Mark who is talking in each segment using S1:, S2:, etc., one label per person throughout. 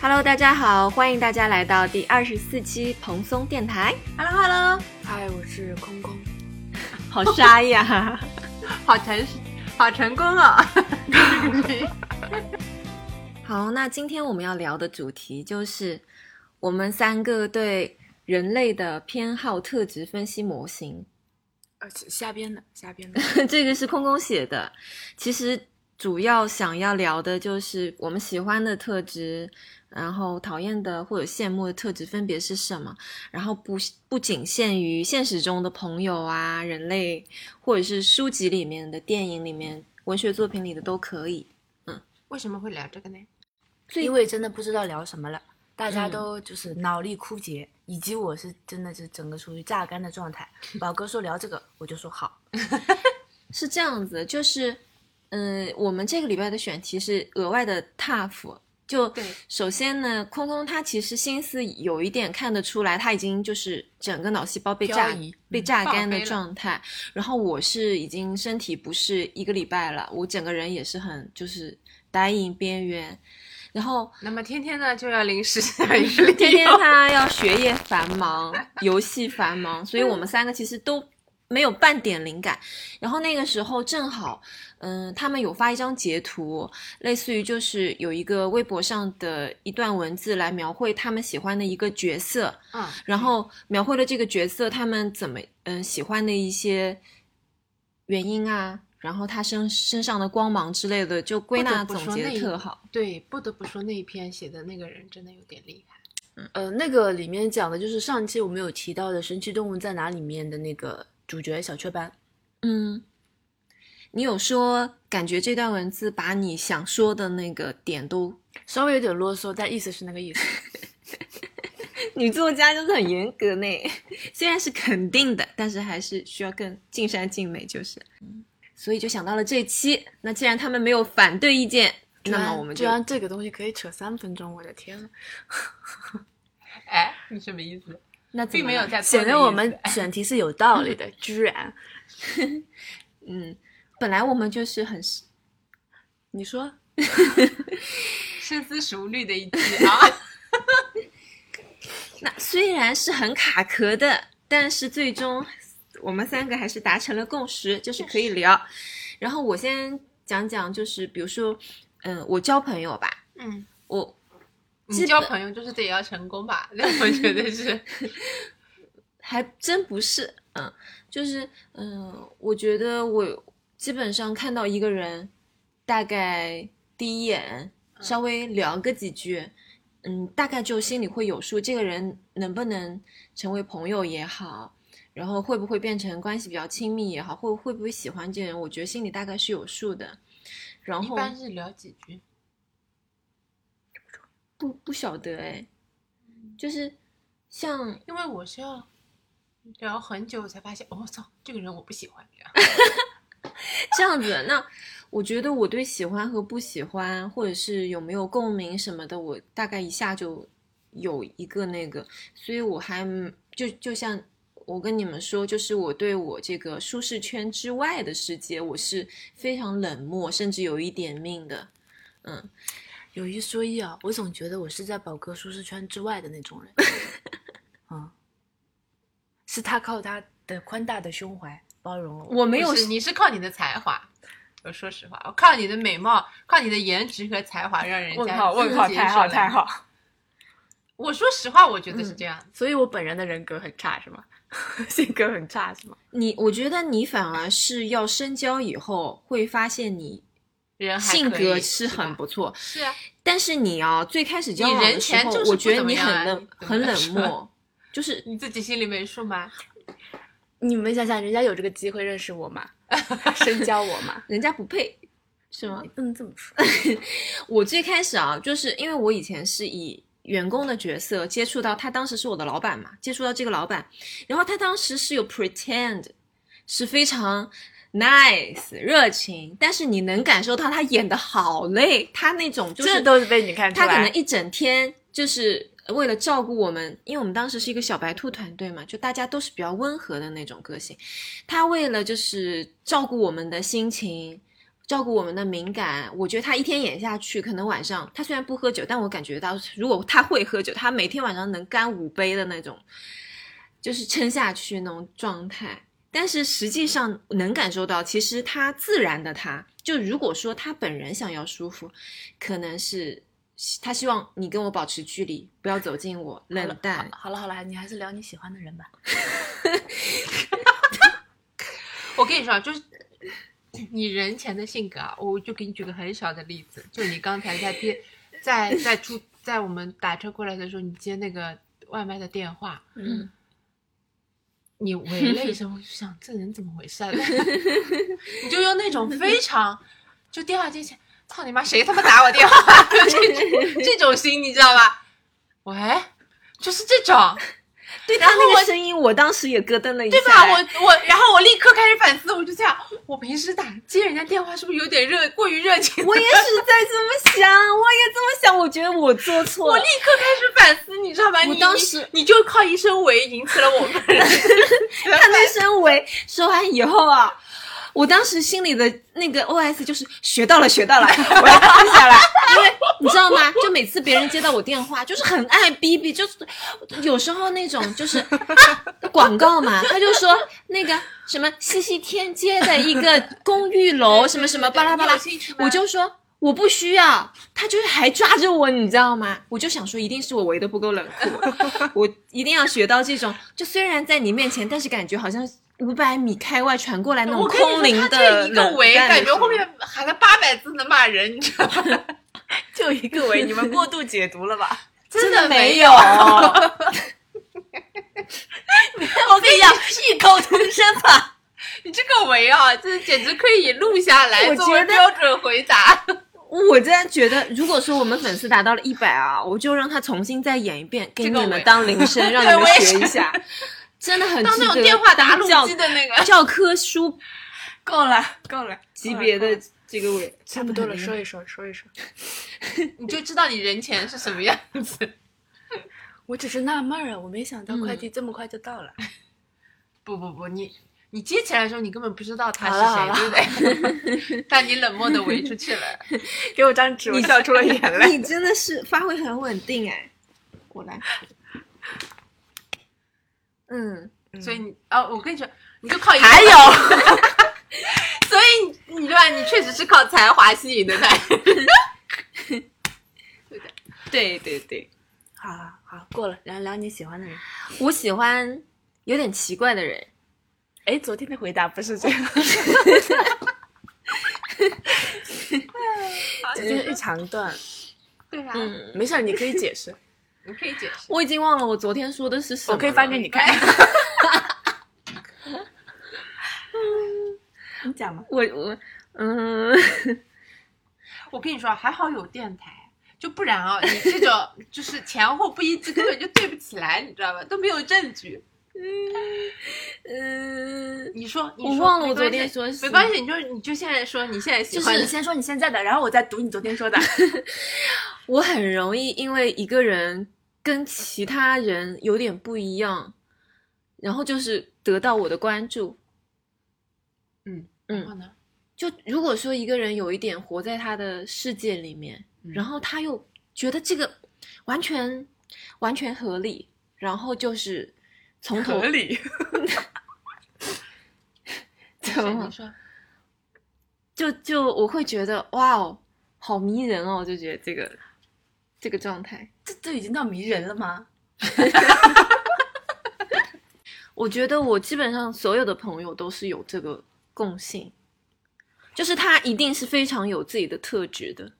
S1: Hello，大家好，欢迎大家来到第二十四期蓬松电台。
S2: Hello Hello，
S3: 嗨，哎我是空空，
S1: 好沙呀！
S2: 好成好成功啊！
S1: 好，那今天我们要聊的主题就是我们三个对人类的偏好特质分析模型。
S3: 呃，瞎编的，瞎编的。
S1: 这个是空空写的。其实主要想要聊的就是我们喜欢的特质，然后讨厌的或者羡慕的特质分别是什么。然后不不仅限于现实中的朋友啊、人类，或者是书籍里面的、电影里面、文学作品里的都可以。
S2: 为什么会聊这 个呢？
S3: 因为真的不知道聊什么了，大家都就是脑力枯竭，以及我是真的是整个处于榨干的状态。宝哥说聊这个，我就说 好。
S1: 是这样子，就是，嗯、我们这个礼拜的选题是额外的 tough。就
S2: 对
S1: 首先呢，空空他其实心思有一点看得出来，他已经就是整个脑细胞被榨
S3: 漂移
S1: 被榨干的
S2: 报废了
S1: 状态。然后我是已经身体不适一个礼拜了，我整个人也是很就是答应边缘。然后
S2: 那么天天呢就要 临时想一个理 由
S1: 天天他要学业繁忙， 游戏繁忙，所以我们三个其实都没有半点灵感。然后那个时候正好，嗯，他们有发一张截图，类似于就是有一个微博上的一段文字来描绘他们喜欢的一个角色，
S2: 嗯，
S1: 然后描绘了这个角色他们怎么嗯喜欢的一些原因啊，然后他身身上的光芒之类的，就归纳
S2: 不得
S1: 总
S2: 不说
S1: 结
S2: 那
S1: 的
S2: 一
S1: 特好。
S2: 对，不得不说那一篇写的那个人真的有点厉害。
S3: 呃，那个里面讲的就是上期我们有提到的《神奇动物在哪》里面的那个主角小雀斑。
S1: 嗯，你有说感觉这段文字把你想说的那个点都，
S3: 稍微有点啰嗦，但意思是那个意思。
S1: 女作家就是很严格呢，虽然是肯定的，但是还是需要更尽善尽美，就是，嗯所以就想到了这期。那既然他们没有反对意见，那
S2: 啊
S1: 么我们
S3: 居
S1: 就
S3: 然这个东西可以扯三分钟，我的天 呐！
S2: 哎，你什么意思？
S1: 那怎
S2: 并
S1: 么
S2: 没有
S1: 了
S2: 在拖
S3: 显
S2: 的
S3: 得我
S2: 意
S3: 们
S2: 思
S3: 选题是有道理 的，居然。
S1: 嗯，本来我们就是很
S3: 你说，
S2: 深思熟虑的一期 啊。
S1: 那虽然是很卡壳的，但是最终我们三个还是达成了共识，就是可以聊。然后我先讲讲，就是比如说，嗯，我交朋友吧，
S2: 嗯，
S1: 我
S2: 你交朋友就是得要成功吧？那我觉得是。
S1: 还真不是，嗯，就是嗯，我觉得我基本上看到一个人，大概第一
S2: 嗯
S1: 眼稍微聊个几句，嗯，大概就心里会有数，这个人能不能成为朋友也好，然后会不会变成关系比较亲密也好，会会不会喜欢这个人，我觉得心里大概是有数的。然
S2: 一
S1: 后
S2: 般是聊几句，
S1: 不不晓得哎，
S2: 嗯
S1: 就是像
S2: 因为我是要聊很久才发现，哦，操，这个人我不喜欢这样。
S1: 这样子，那我觉得我对喜欢和不喜欢，或者是有没有共鸣什么的，我大概一下就有一个那个，所以我还嗯就就像我跟你们说，就是我对我这个舒适圈之外的世界，我是非常冷漠，甚至有一点命的。
S3: 有一说一啊，我总觉得我是在宝哥舒适圈之外的那种人。 嗯，是他靠他的宽大的胸怀包容了我。
S1: 我没有
S2: 不是，你是靠你的才华。我说实话，我靠你的美貌，靠你的颜值和才华，让
S3: 嗯
S2: 人家自己接受了。
S3: 好。
S2: 我说实话，我觉得是这样。
S3: 所以我本人的人格很差是吗？ 性格很差是吗？
S1: 你，我觉得你反而是要深交以后，会发现你
S2: 人还可以
S1: 性格是
S2: 吧
S1: 很不错，
S2: 是啊，
S1: 但是你啊，最开始交往
S2: 你
S1: 的
S2: 人
S1: 时
S2: 前
S1: 候，
S2: 就是
S1: 我
S2: 不
S1: 觉得
S2: 怎么
S1: 你
S2: 样
S1: 很
S2: 啊
S1: 冷，
S2: 你
S1: 很
S2: 怎么啊
S1: 冷
S2: 说
S1: 漠，就是
S2: 你自己心里没数吗？
S3: 你们想想，人家有这个机会认识我 吗？深交我吗？
S1: 人家不配，是吗？
S3: 不能这么说。
S1: 我最开始啊，就是因为我以前是以员工的角色接触到他，当时是我的老板嘛，接触到这个老板，然后他当时是有 pretend，是非常 nice 热情，但是你能感受到他演的好累，他那种就是
S3: 这都是被你看出
S1: 他
S3: 来。
S1: 可能一整天就是为了照顾我们，因为我们当时是一个小白兔团队嘛，就大家都是比较温和的那种个性。他为了就是照顾我们的心情，照顾我们的敏感，我觉得他一天演下去，可能晚上他虽然不喝酒，但我感觉到如果他会喝酒，他每天晚上能干五杯的那种，就是撑下去那种状态。但是实际上能感受到，其实他自然的他，就如果说他本人想要舒服，可能是他希望你跟我保持距离，不要走近我，冷淡。
S3: 好了好了，你还是聊你喜欢的人吧。
S2: 我跟你说，啊就是你人前的性格啊，我就给你举个很小的例子，就你刚才在电，在在出在我们打车过来的时候，你接那个外卖的电话，
S1: 嗯，
S2: 你围了一下，我就想这人怎么回事啊？ 你就用那种非常就电话接起来，操你妈，谁他妈打我电话？ 就这种这种心，你知道吧？喂，就是这种。
S1: 对他
S2: 然后
S1: 那
S2: 我
S1: 个声音，我当时也咯噔了一下，哎
S2: 对吧？我我，然后我立刻开始反思，我就这样，我平时打接人家电话是不是有点热，过于热 情？
S1: 我也是在这么想，我也这么想，我觉得我做错
S2: 我
S1: 了
S2: 立。 刻开始反思，你知道吧？
S1: 我
S2: 你
S1: 当时
S2: 你你就靠一声围引起了我们
S1: 他那声围说完以后啊，我当时心里的那个 OS 就是学到了，学到了， 我要记下来。因为你知道吗？就每次别人接到我电话，就是很爱逼逼，就是有时候那种就是啊广告嘛，他就说那个什么西西天街的一个公寓楼，什么什么 巴拉巴拉，我就说我不需要，他就是还抓着我，你知道吗？我就想说，一定是我围的不够冷酷， 我一定要学到这种，就虽然在你面前，但是感觉好像五百米开外传过来那种
S2: 我跟你说
S1: 空灵
S2: 他这
S1: 的
S2: 一个
S1: 冷
S2: 围，
S1: 淡的
S2: 感觉
S1: 声
S2: 后
S1: 音
S2: 面喊了八百字能骂人，你知道吗？
S3: 就一 个为你们过度解读了吧？
S1: 真的
S2: 没
S1: 没 有。
S3: 我跟你 讲，异口同声吧。
S2: 你这个围啊，这简直可以录下来
S1: 我
S2: 作为
S1: 觉得
S2: 标准回 答。
S1: 我真的觉得，如果说我们粉丝达到了一百啊，我就让他重新再演一遍，给
S2: 这
S1: 你
S2: 个我
S1: 们
S2: 也
S1: 当铃 声，让
S2: 对
S1: 你们
S2: 我也
S1: 学一
S2: 是
S1: 下。真的很
S2: 当那
S1: 值
S2: 种
S1: 得
S2: 电话打
S1: 当
S2: 录
S1: 教
S2: 机的那个
S1: 教科书嗯
S3: 够了，够了，
S1: 级别的这个 位，
S3: 差不多了，说一说，说一说。
S2: 你就知道你人前是什么样子。
S3: 我只是纳闷儿啊，我没想到
S1: 嗯
S3: 快递这么快就到了。
S2: 不不不，你你接起来的时候，你根本不知道他
S3: 好了好
S2: 是谁，对不对？ 但你冷漠的围出去了。
S3: 给我张纸，我笑出了眼 泪。
S1: 你真的是发挥很稳定哎，我来。嗯，
S2: 所以你啊、我跟你说，你就靠一个
S3: 还有，
S2: 所以你对吧？你确实是靠才华吸引的他。
S1: 对对对，
S3: 好好好，过了，聊聊你喜欢的人。
S1: 我喜欢有点奇怪的人，
S3: 哎，昨天的回答不是这 样，这就是一长段。
S2: 对啊，
S1: 嗯，
S3: 没事儿，你可以解 释，
S2: 你可以解释。
S1: 我已经忘了我昨天说的是什么，
S3: 我可以翻给
S1: 你。
S3: 你看。嗯你讲吧。
S1: 我我嗯，
S2: 我跟你说，啊还好有电台。就不然啊，你这种就是前后不一致，根本就对不起来，你知道吧？都没有证据。
S1: 嗯，
S2: 你说，你说
S1: 我忘了
S2: 没
S1: 我
S2: 关
S1: 昨
S2: 系
S1: 天说是
S2: 没关系，你就你就现在说你现在喜
S3: 就
S2: 欢
S3: 是
S2: 的
S3: 你先说你现在的，然后我再读你昨天说的。
S1: 我很容易因为一个人跟其他人有点不一样，然后就是得到我的关注。
S2: 嗯然后
S1: 嗯，
S2: 呢？
S1: 就如果说一个人有一点活在他的世界里面，
S2: 嗯
S1: 然后他又觉得这个完全完全合理，然后就是从头
S3: 理。
S1: 怎
S2: 是
S1: 么
S2: 你说，
S1: 就就我会觉得哇哦，好迷人哦，就觉得这个这个状态。
S3: 这都已经到迷人了吗？
S1: 我觉得我基本上所有的朋友都是有这个共性，就是他一定是非常有自己的特质的，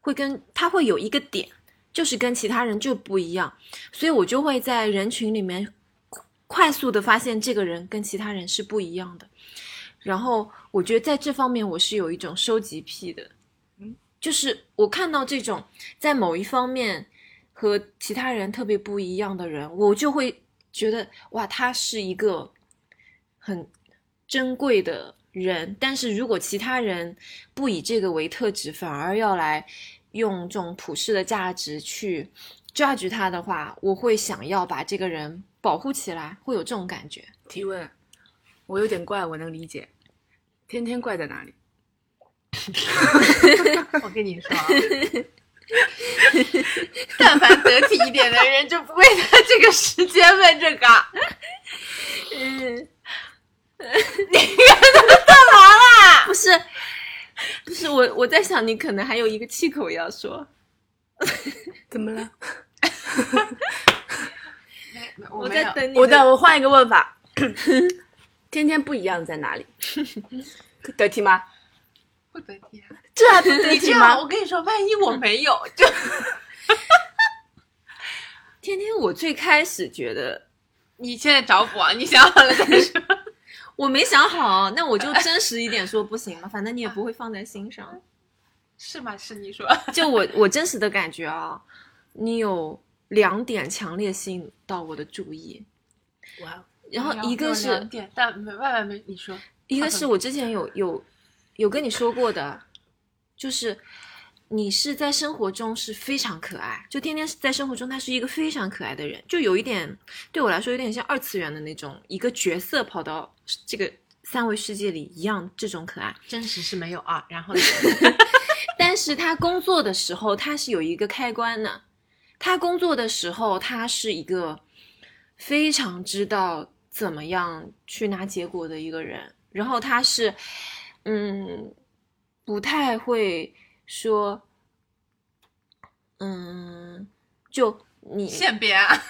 S1: 会跟他会有一个点，就是跟其他人就不一样，所以我就会在人群里面快速的发现这个人跟其他人是不一样的。然后我觉得在这方面我是有一种收集癖的，
S3: 嗯，
S1: 就是我看到这种在某一方面和其他人特别不一样的人，我就会觉得哇，他是一个很珍贵的人。但是如果其他人不以这个为特质，反而要来用这种普世的价值去 judge 他的话，我会想要把这个人保护起来，会有这种感觉。
S3: 提问，我有点怪，我能理解。天天怪在哪里？
S2: 我跟你 说啊，但凡得体一点的人，就不会在 这个时间问这个。
S1: 嗯，
S2: 你干嘛啦？
S1: 不是，不是我我在想，你可能还有一个气口要说。
S3: 怎么了？
S1: 我
S2: 没有
S1: 在等你。
S3: 我的，我换一个问 法，天天不一样在 哪里？得体吗？
S2: 不得体啊！
S3: 这还不得
S2: 你这
S3: 体
S2: 样，
S3: 吗？
S2: 我跟你说，万一我没有，就
S1: 天天我最开始觉得
S2: 你现在找补啊！你想好了再说。
S1: 我没想好，那我就真实一点说不行了，反正你也不会放在心上。
S2: 是吗？是你说，
S1: 就我我真实的感觉啊，你有两点强烈吸引到我的注意，
S3: 哇哦，
S1: 然后
S2: 你要
S1: 一
S2: 给
S1: 个
S2: 我
S1: 是
S2: 两点，但没万万没你说，
S1: 一个是我之前有有有跟你说过的，就是你是在生活中是非常可爱，就天天在生活中他是一个非常可爱的人，就有一点对我来说有点像二次元的那种一个角色跑到这个三维世界里一样这种可爱。
S2: 真实是没有啊。然后呢
S1: 但是他工作的时候，他是有一个开关的。他工作的时候，他是一个非常知道怎么样去拿结果的一个人。然后他是，嗯，不太会说，嗯，就你
S2: 现编啊，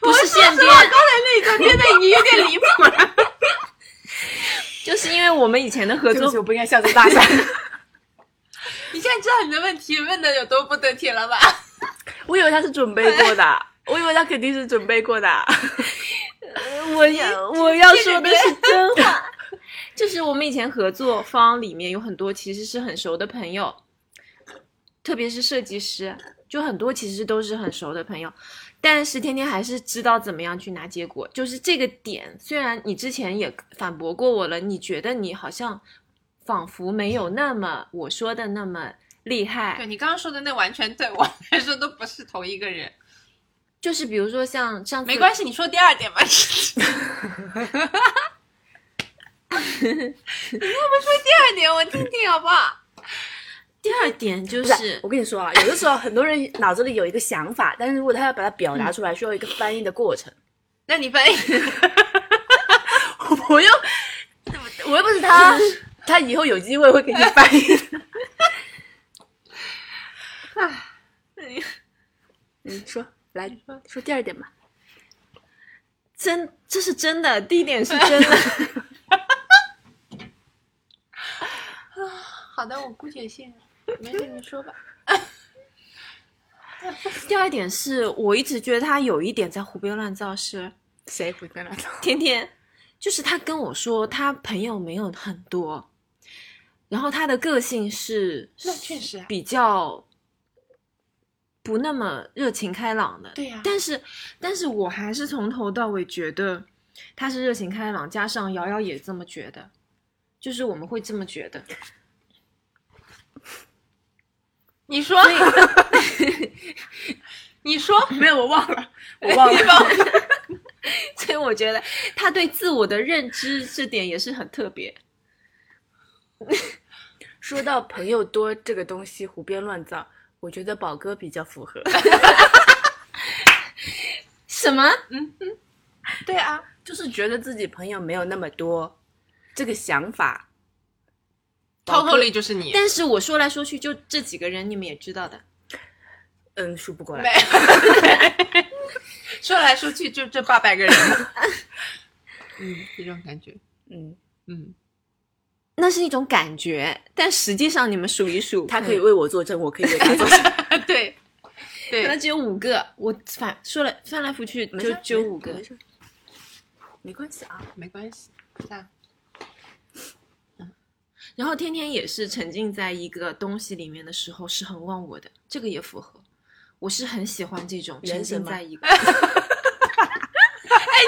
S1: 不是现编，
S2: 那个真的你有点离 谱了。
S1: 就是因为我们以前的合
S3: 对不
S1: 作
S3: 起，我不应该笑这大笑。
S2: 你现在知道你的问题问的有多不得体了吧？
S3: 我以为他是准备过 的，我以为他肯定是准备过的。呃
S1: 我要我要说的是真话， 就是我们以前合作方里面有很多其实是很熟的朋友，特别是设计师，就很多其实都是很熟的朋友，但是天天还是知道怎么样去拿结果，就是这个点。虽然你之前也反驳过我了，你觉得你好像仿佛没有那么我说的那么厉害，
S2: 对你刚刚说的那完全对我来说都不是同一个人。
S1: 就是比如说像上次
S2: 没关系，你说第二点吧。你要不说第二点，我听听好不好？
S1: 第二点就
S3: 不
S1: 是
S3: 我跟你说啊，有的时候很多人脑子里有一个想法，但是如果他要把它表达出来，需要一个翻译的过程。
S2: 那你翻译。
S3: 我又，我又不是 他，他以后有机会会给你翻译的。 你说，来说第二点吧。
S1: 真这是真的，第一点是真的。
S2: 好的，我姑且信。没事，你说吧。
S1: 第二点是我一直觉得他有一点在胡编乱造，是
S3: 谁胡编乱造？
S1: 天天，就是他跟我说他朋友没有很多，然后他的个性是
S2: 那确实啊
S1: 比较不那么热情开朗的，
S2: 对呀
S1: 但是，但是我还是从头到尾觉得他是热情开朗，加上瑶瑶也这么觉得，就是我们会这么觉得。
S2: 你说，你说，
S3: 没有，我忘了，我忘
S2: 你
S3: 了。
S2: 把我
S1: 所以我觉得他对自我的认知这点也是很特别。
S3: 说到朋友多这个东西胡编乱造，我觉得宝哥比较符 合。
S1: 什么？
S2: 对啊，
S3: 就是觉得自己朋友没有那么多，这个想法，
S2: 偷偷里就是你。
S1: 但是我说来说去就这几个人，你们也知道的。
S3: 嗯，数不过
S2: 没
S3: 来。，
S2: 说来说去就这八百个人。 嗯，这种感觉，
S3: 嗯，
S2: 嗯，
S1: 那是一种感觉，但实际上你们数一数，嗯
S3: 他可以为我作证，我可以为他作证。
S2: 呃对，
S1: 可能
S2: 对，
S1: 只有五个。我反说来翻来覆去
S3: 没事
S1: 就只有五个
S3: 没。事，没关系啊。
S2: 没关系。那
S1: 然后天天也是沉浸在一个东西里面的时候是很忘我的，这个也符合。我是很喜欢这种沉
S3: 原神
S1: 浸
S3: 吗
S1: 在一个，
S2: 哎，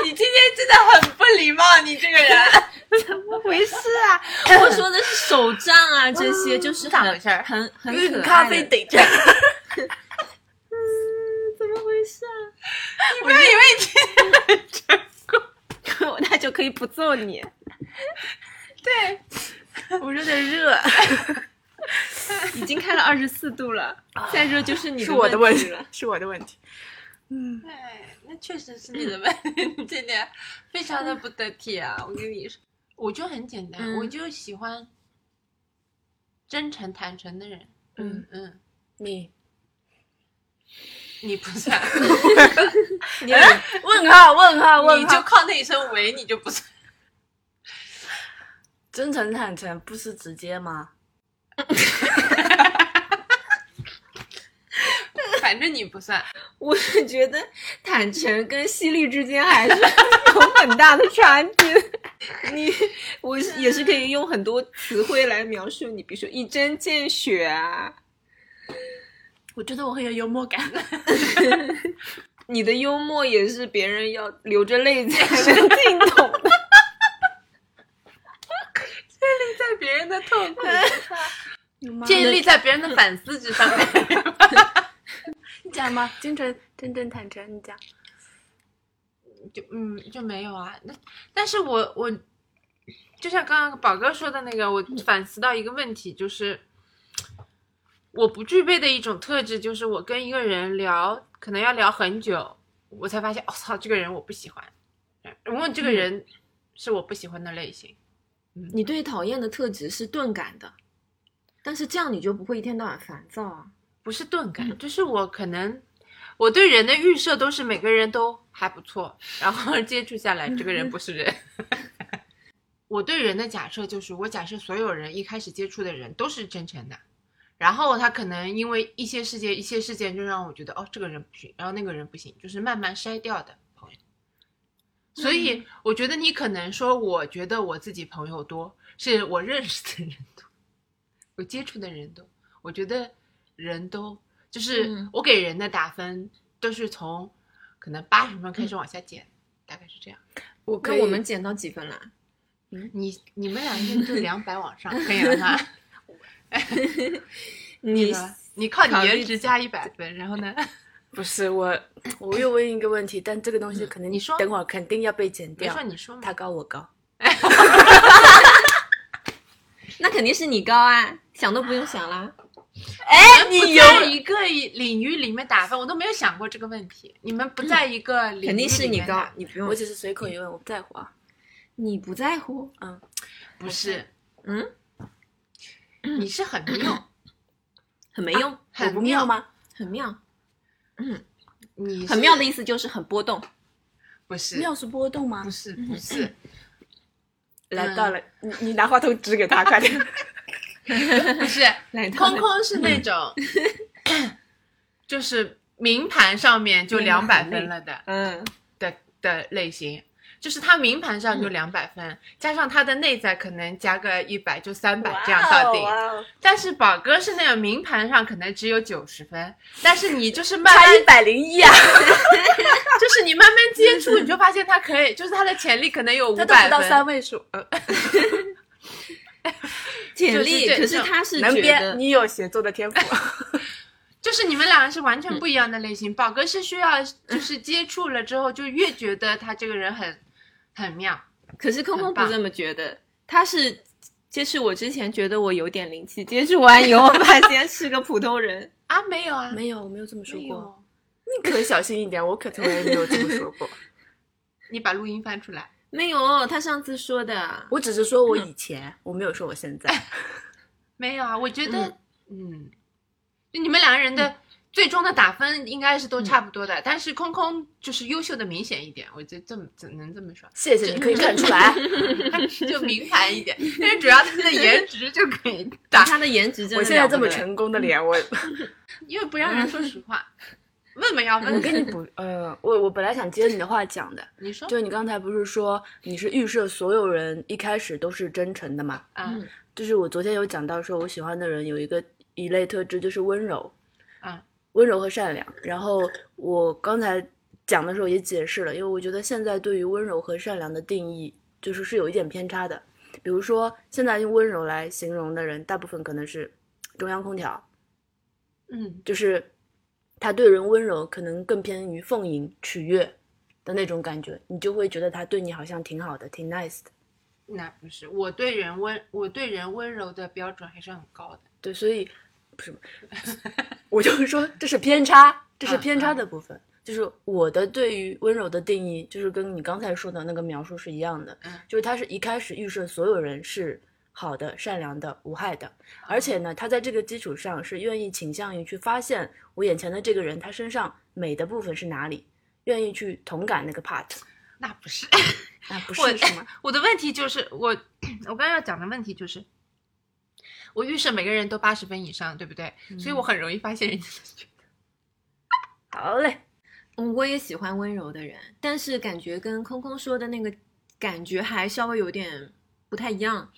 S2: 你今天真的很不礼貌，你这个人怎么回事啊？
S1: 我说的是手账 啊，这些就是
S2: 咋
S1: 很
S2: 回事儿
S1: 很很
S3: 因
S1: 可
S3: 为
S1: 爱
S3: 咖啡
S1: 的
S3: 得着，
S1: 怎么回事啊？
S2: 我以为你
S1: 他就可以不揍你。
S2: 对，
S3: 我有点热。啊
S1: 已经开了二十四度了，再热就是你
S3: 是我的问
S1: 题
S3: 题
S1: 了。，
S3: 是我的问题。嗯，
S2: 哎，那确实是你的问题， 你这点非常的不得体啊！我跟你说，我就很简单，
S1: 嗯
S2: 我就喜欢真诚坦诚的人。
S3: 嗯
S2: 嗯，
S3: 你
S2: 你不算，
S1: 你也
S3: 问号问号
S2: 你
S3: 问
S2: 就
S3: 号，
S2: 靠那一声喂，你就不算。
S3: 真诚坦诚不是直接吗？
S2: 反正你不算，
S1: 我是觉得坦诚跟犀利之间还是有很大的差距。你我是也是可以用很多词汇来描述你，比如说一针见血啊，
S3: 我觉得我很有幽默 感。
S1: 你的幽默也是别人要流着泪 才能听懂的。
S2: 在别人的痛苦，建
S3: 建
S2: 立
S3: 立
S2: 在别人的反思之上面。
S3: 你讲吗？真诚、真正、坦诚，你讲。
S2: 就嗯就没有啊。那但是我我就像刚刚宝哥说的那个，我反思到一个问题，就是我不具备的一种特质，就是我跟一个人聊，可能要聊很久，我才发现，我、哦操，这个人我不喜欢，因为这个人是我不喜欢的类型。
S1: 你对讨厌的特质是钝感的，但是这样你就不会一天到晚烦躁啊。
S2: 不是钝感，就是我可能我对人的预设都是每个人都还不错，然后接触下来这个人不是人。 我对人的假设就是，我假设所有人一开始接触的人都是真诚的，然后他可能因为一些事件、一些事件，就让我觉得哦，这个人不行，然后那个人不行，就是慢慢筛掉的朋友。所以我觉得你可能说，我觉得我自己朋友多，是我认识的人多，我接触的人多。我觉得人都就是
S1: 嗯
S2: 我给人的打分都是从可能八十分开始往下减，大概是这样。
S3: 我
S1: 那我们减到几分啦？
S2: 你你们俩应该就两百往上，可以了吗？
S1: 你
S2: 吧你靠
S1: 考
S2: 你
S1: 虑
S2: 颜值加一百分，然 后呢？
S3: 不是我，我又问一个问题，但这个东西可能
S2: 你说
S3: 等会儿肯定要被剪
S2: 别
S3: 掉
S2: 说。你说嘛
S3: 他，高我高，
S1: 那肯定是你高啊，想都不用想啦。
S3: 哎
S2: 你们不在一个领域里面打分，我都没有想过这个问题。你们不在一个领域里面打，
S1: 肯定是你高，你不用
S3: 我，只是随口一问，我不在乎啊。
S1: 你不在乎，
S2: 不是？
S1: 嗯，
S2: 你是很妙，
S1: 很没用，
S3: 我
S2: 很
S3: 不妙？吗？
S1: 啊很妙，
S2: 你
S1: 很妙的
S2: 一
S1: 意思就是很波动。
S2: 不是？
S3: 妙是嗯波动吗
S2: 不？是
S1: 嗯
S2: 不是，
S3: 来到了，你你拿话筒指给他， 快点。
S2: 不是，
S1: 来到
S2: 空
S1: 了
S2: 空是那 种，就是名盘上面就两百分了的
S1: 嗯，
S2: 的的类型，就是他名盘
S3: 嗯
S2: 上就两百分，加上他的内在可能加个一百就三百这样
S3: 哦
S2: 到
S1: 哦
S2: 顶。但是宝哥是那种名盘上可能只有九十分，但是你就是慢慢
S3: 差一百零一啊，
S2: 就是你慢慢接触，你就发现他可以，就是他的潜力可能有五
S3: 嗯他都不
S2: 百
S3: 到三
S2: 分。
S3: 位数，
S1: 潜
S2: 就是
S1: 力，
S2: 这
S1: 可是
S2: 这
S1: 他是
S3: 能
S1: 觉
S3: 编。
S1: 得
S3: 你有写作的天赋，
S2: 就是你们两个是完
S3: 嗯
S2: 全不一样的类型。宝哥是需 要就是接触了之后，就越觉得他这个人很很妙。
S1: 可是空空不
S2: 很棒
S1: 这么觉得，他是接触我之前觉得我有点灵气，接触完以后发现是个普通人。
S2: 啊，没有啊，
S3: 没有，我没有这么说
S2: 没
S3: 过。
S2: 有。
S3: 你可小心一点，我可从来没有这么说过。
S2: 你把录音翻出来，
S1: 没有，他上次说的，
S3: 我只是说我以前，我没有说我现在。，
S2: 没有啊？我觉得，嗯，就你们两个人的最终的打分应该是都差不多的，但是空空就是优秀的明显一点，我觉得这么只能这么 说
S3: 谢谢，你可以看出 来，
S2: 就明盘一点。但是主要他的颜值就可以 打，
S1: 他的颜值真的
S3: 我现在
S1: 了不
S3: 这么
S1: 得，
S3: 成功的脸，我
S2: 因为不让人说实 话。问问要问，
S3: 我跟你补，呃，我我本来想接你的话讲的，
S2: 你说
S3: 就你刚才不是说你是预设所有人一开始都是真诚的嘛？
S2: 啊
S1: 嗯
S3: 就是我昨天有讲到说，我喜欢的人有一个一类特质就是温柔，
S2: 啊，
S3: 温柔和善良。然后我刚才讲的时候也解释了，因为我觉得现在对于温柔和善良的定义就是是有一点偏差的。比如说，现在用温柔来形容的人，大部分可能是中央空调，
S2: 嗯
S3: 就是他对人温柔，可能更偏于奉迎、取悦，的那种感觉，你就会觉得他对你好像挺好的，挺 nice 的。
S2: 那不是我对人温，我对人温柔的标准还是很高的。
S3: 对，所以不 是，我就是说这是偏差，这是
S2: 嗯
S3: 偏差
S2: 嗯
S3: 的部分。就是我的对于温柔的定义，就是跟你刚才说的那个描述是一样的
S2: 嗯，
S3: 就是他是一开始预设所有人是好的、善良的、无害的，而且呢，他在这个基础上是愿意倾向于去发现我眼前的这个人他身上美的部分是哪里，愿意去同感那个 part。
S2: 那不是，
S3: 那不
S2: 我
S3: 是什 么？
S2: 我的问题就是我我刚刚要讲的问题就是，我预设每个人都八十分以上，对不对？所以我很容易发现人家的缺点。
S3: 好嘞，
S1: 嗯，我也喜欢温柔的人，但是感觉跟空空说的那个感觉还稍微有点不太一样。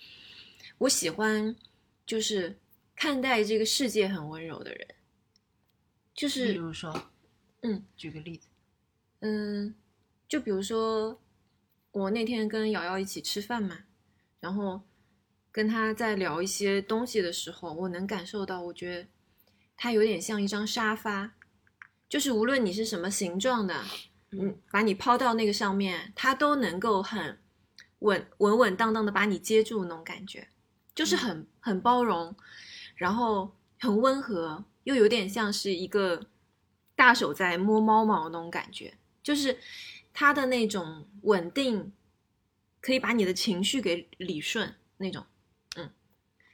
S1: 我喜欢就是看待这个世界很温柔的人，就
S2: 比
S1: 是
S2: 如说，
S1: 嗯，
S2: 举个例子，
S1: 嗯，就比如说我那天跟瑶瑶一起吃饭嘛，然后跟她在聊一些东西的时候，我能感受到，我觉得她有点像一张沙发，就是无论你是什么形状的，嗯，把你抛到那个上面，它都能够很稳稳稳当当的把你接住那种感觉，就是很很包容，然后很温和，又有点像是一个大手在摸猫毛那种感觉，就是它的那种稳定，可以把你的情绪给理顺那种，嗯，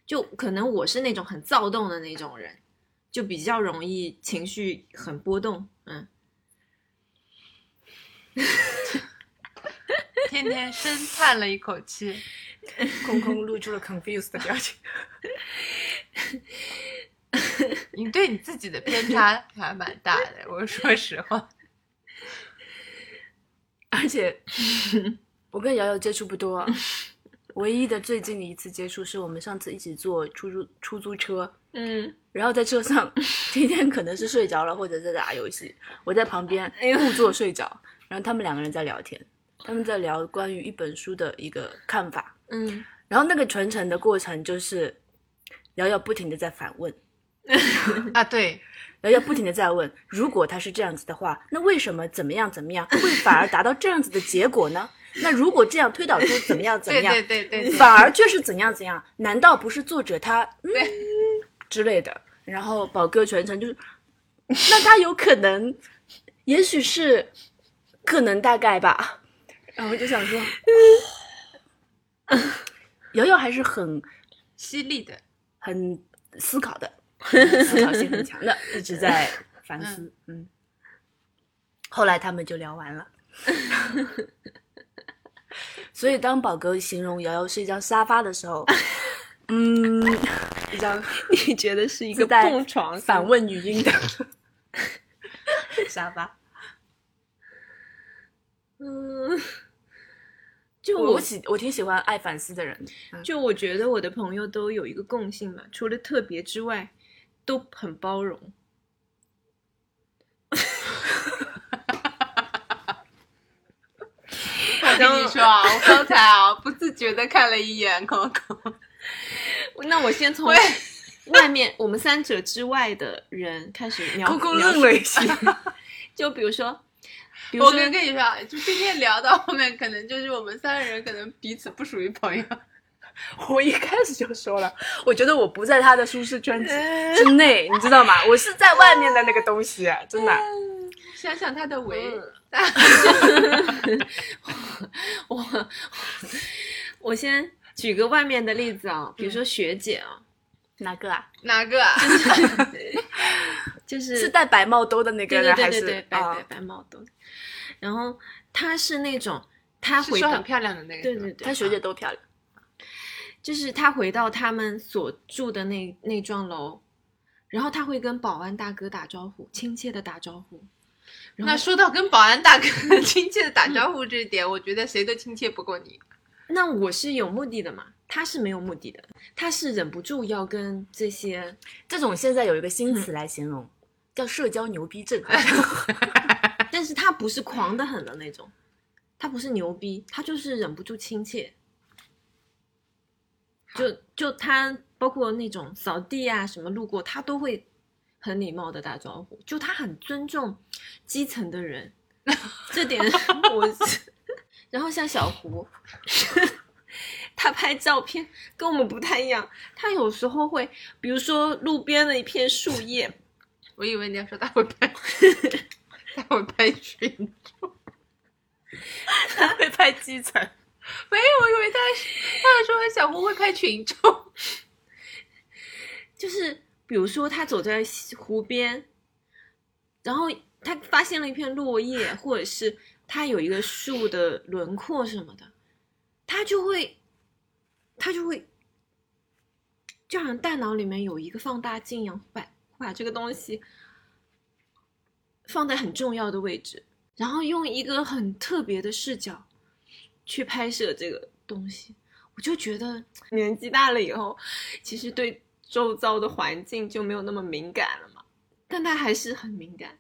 S1: 就可能我是那种很躁动的那种人，就比较容易情绪很波动，嗯。
S2: 天天深叹了一口气，
S3: 空空露出了 confused 的表情。
S2: 你对你自己的偏差还蛮大的。我说实话，
S3: 而且我跟瑶瑶接触不多啊，唯一的最近的一次接触是我们上次一起坐出租出租车，
S1: 嗯，
S3: 然后在 车上今天可能是睡着了或者在打游戏，我在旁边
S1: 哎呦
S3: 故作睡着，然后他们两个人在聊天，他们在聊关于一本书的一个看法，
S1: 嗯，
S3: 然后那个传承的过程就是瑶瑶不停的在反问，
S2: 啊，对，
S3: 然后要不停的在问，如果他是这样子的话，那为什么怎么样怎么样会反而达到这样子的结果呢？ 那如果这样推导出怎么样怎么
S2: 对
S3: 样，
S2: 对对对对，
S3: 反而却是怎样怎样？难道不是作者他嗯之类的？然后宝哥全程就是，那他有可能，也许是，可能大概吧。然后我就想说，瑶瑶还是很
S2: 犀利的，
S3: 很思考 的，嗯思考性很强的，一直在反思。嗯，后来他们就聊完了。所以当宝哥形容瑶瑶是一张沙发的时 候，嗯，一张
S1: 你觉得是一
S3: 自带
S1: 床
S3: 反问语音的 沙发。
S1: 嗯，就
S3: 我
S1: 我
S3: 我喜我挺喜欢爱反思的人，
S1: 就我觉得我的朋友都有一个共性嘛，除了特别之外，都很包容。
S2: 我跟你说啊，我刚才啊不自觉的看了一眼 Coco，
S1: 那我先从
S2: 喂
S1: 外面我们三者之外的人开始描
S3: 空空
S1: 描
S3: 愣
S1: 述，
S3: 了一下。
S1: 就比如说，比如
S2: 我
S1: 说
S2: 跟跟你说啊，就今天聊到后面，可能就是我们三个人可能彼此不属于朋友。
S3: 我一开始就说了，我觉得我不在他的舒适圈子之内，你知道吗？我是在外面的那个东西，真的。
S2: 想想他的为，
S1: 我我先举个外面的例子啊，比如
S2: 嗯
S1: 说学姐 啊，
S3: 哪个啊？
S2: 哪个啊？
S1: 就是
S3: 是戴白帽兜的那个
S1: 对对
S3: 人，
S1: 对
S3: 还
S1: 对
S3: 是
S1: 对，白白
S3: 啊？
S1: 白毛的。然后她是那种，她
S2: 是
S1: 回
S2: 说
S1: 到
S2: 很漂亮的那个，
S1: 对
S2: 是吧
S1: 对，对，
S3: 她学姐多漂亮，
S1: 就是她回到他们所住的那那幢楼，然后她会跟保安大哥打招呼，亲切的打招呼。然
S2: 那
S1: 后
S2: 说到跟保安 大哥 亲切的打招呼这一点，我觉得谁都亲切不过你。
S1: 那我是有目的的嘛，她是没有目的的，她是忍不住要跟这些
S3: 这种现在有一个新词来形容，叫社交牛逼症。
S1: 但是他不是狂的很的那种，他不是牛逼，他就是忍不住亲切。就就他包括那种扫地啊什么路过， 他都会很礼貌的打招呼，就他很尊重基层的人，这点我。然后像小胡， 他拍照片跟我们不太一样，他有时候会，比如说路边的一片树叶，
S2: 我以为你要说他会 拍，他会拍群，
S3: 他会拍基层，
S2: 没有，我以为他他说小胡会拍群众，
S1: 就是比如说他走在西湖边，然后他发现了一片落叶，或者是他有一个树的轮廓什么的，他就会，他就会，就好像大脑里面有一个放大镜一样，会把会把这个东西放在很重要的位置，然后用一个很特别的视角去拍摄这个东西。我就觉得年纪大了以后，其实对周遭的环境就没有那么敏感了嘛，但他还是很敏感，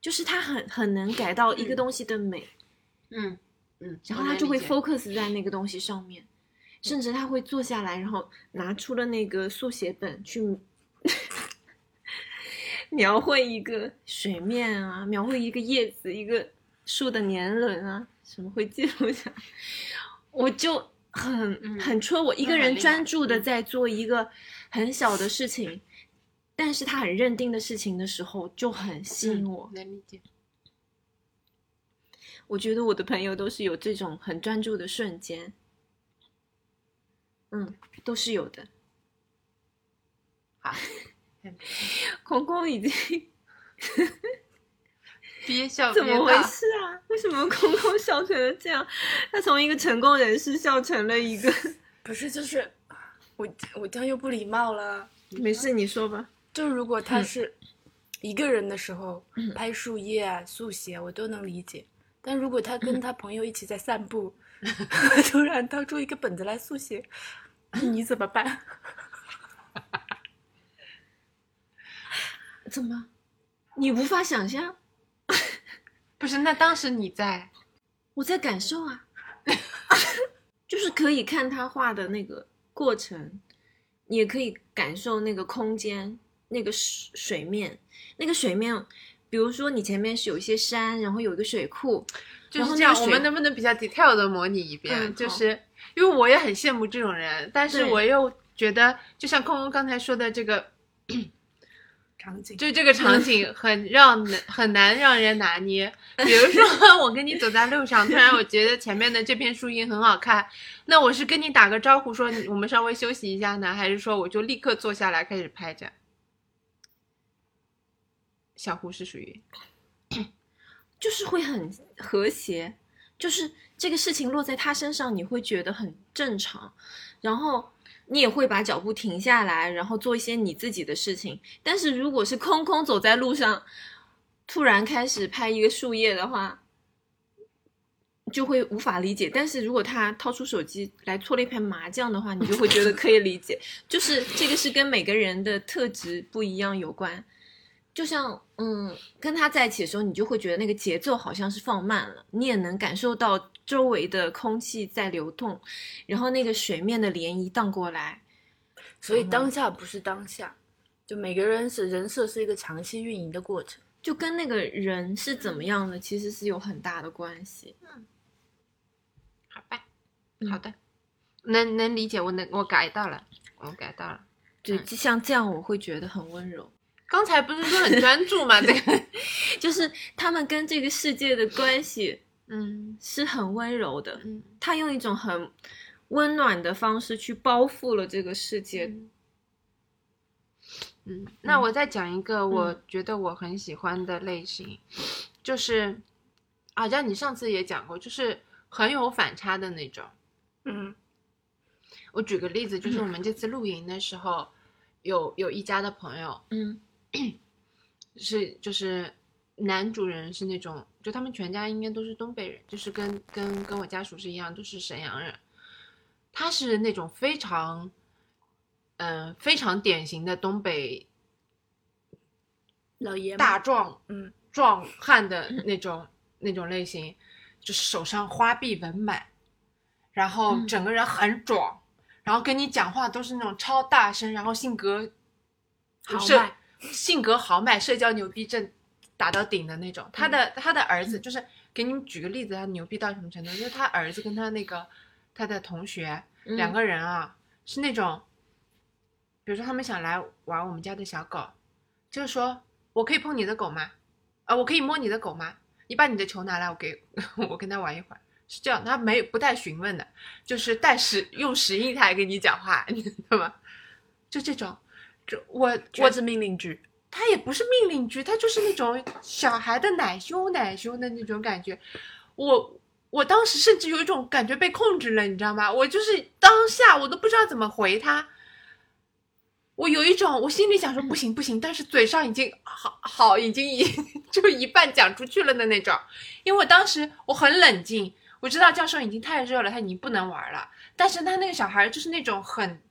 S1: 就是他很很能改到一个东西的美，
S2: 嗯嗯，
S1: 然后他就会
S2: 疯，
S1: focus 在那个东西上面，甚至他会坐下来，然后拿出了那个速写本去 描绘一个水面啊，描绘一个叶子、一个树的年轮啊，什么会记录下来。我就很
S2: 嗯
S1: 很戳我，一
S2: 那
S1: 个
S2: 很
S1: 人
S2: 厉害
S1: 专注的
S2: 嗯
S1: 在做一个很小的事情，但是他很认定的事情的时候，就很吸引我。
S2: 能嗯理解，
S1: 我觉得我的朋友都是有这种很专注的瞬间，嗯，都是有的。
S2: 好，
S1: 空空已经
S2: 憋笑
S1: 怎
S2: 憋
S1: 么回
S2: 怕，
S1: 事啊？为什么空空笑成了这样？他从一个成功人士笑成了一个……
S3: 不是就是我我这样又不礼貌了。
S1: 没事，你说吧。
S3: 就是如果他是一个人的时候、拍树叶啊、速写，我都能理解。但如果他跟他朋友一起在散步， 突然掏出一个本子来速写， 你怎么办？
S1: 怎么？你无法想象？
S2: 不是，那当时你在，
S1: 我在感受啊， 就是可以看他画的那个过程，你也可以感受那个空间、那个水水面、那个水面。比如说，你前面是有一些山，然后有一个水库，
S2: 就
S1: 然后
S2: 是
S1: 那
S2: 这样
S1: 个，
S2: 我
S1: 水
S2: 们能不能比较 detail 的模拟一遍？
S1: 嗯
S2: 就
S1: 好
S2: 是因为我也很羡慕这种人，但是
S1: 对
S2: 我又觉得，就像空空刚才说的这个，
S3: 场景
S2: 就这个场景很让 人很难让人拿捏。比如说， 我跟你走在路上，突然我觉得前面的这片树荫很好看，那我是跟你打个招呼说你我们稍微休息一下呢，还是说我就立刻坐下来开始拍着？小胡是属于
S1: 就是会很和谐，就是这个事情落在他身上，你会觉得很正常，然后你也会把脚步停下来，然后做一些你自己的事情。但是如果是空空走在路上，突然开始拍一个树叶的话，就会无法理解。但是如果他掏出手机来搓了一盘麻将的话，你就会觉得可以理解。就是这个是跟每个人的特质不一样有关。就像嗯，跟他在一起的时候，你就会觉得那个节奏好像是放慢了，你也能感受到周围的空气在流动，然后那个水面的涟漪荡过来。
S3: 所以当下不是当下，就每个人是人设是一个长期运营的过程。
S1: 就跟那个人是怎么样的，其实是有很大的关系。
S2: 好吧，
S1: 嗯
S2: 好的，能能理解，我能我改到了，我改到了。
S1: 对，就像这样，我会觉得很温柔。
S2: 刚才不是说很专注吗？这个，
S1: 就是他们跟这个世界的关系
S2: 嗯
S1: 是很温柔的，
S2: 嗯，
S1: 他用一种很温暖的方式去包覆了这个世界。
S2: 嗯，那我再讲一个我觉得我很喜欢的类型，就是好像你上次也讲过，就是很有反差的那种。
S3: 嗯，
S2: 我举个例子，就是我们这次露营的时候，有有一家的朋友
S1: 嗯
S2: 是就是男主人是那种，就他们全家应该都是东北人，就是跟跟跟我家属是一样，都是沈阳人。他是那种非常，嗯、非常典型的东北
S3: 老爷们
S2: 大壮，
S3: 嗯，
S2: 壮汉的那 种那种类型，就是手上花臂纹满，然后
S1: 嗯
S2: 整个人很壮，然后跟你讲话都是那种超大声，然后性格
S3: 豪
S2: 社
S3: 迈
S2: 性格豪迈，社交牛逼症打到顶的那
S3: 嗯
S2: 种。他的他的儿子就是给你们举个例子，他牛逼到什么程度？就是他儿子跟他那个他的同学
S1: 嗯
S2: 两个人啊，是那种，比如说他们想来玩我们家的小狗，就是说我可以碰你的狗吗？啊，我可以摸你的狗吗？你把你的球拿来，我给 我跟他玩一会儿。是这样，他没不带询问的，就是带实用实音来跟你讲话，你知道吗？就这种，这我我
S3: 我是命令句，
S2: 他也不是命令句，他就是那种小孩的奶羞奶羞的那种感觉。我我当时甚至有一种感觉被控制了，你知道吗？我就是当下我都不知道怎么回他。我有一种，我心里想说不行不行，但是嘴上已经好好已经 一就一半讲出去了的那种，因为我当时我很冷静，我知道教授已经太热了，他已经不能玩了，但是他那个小孩就是那种很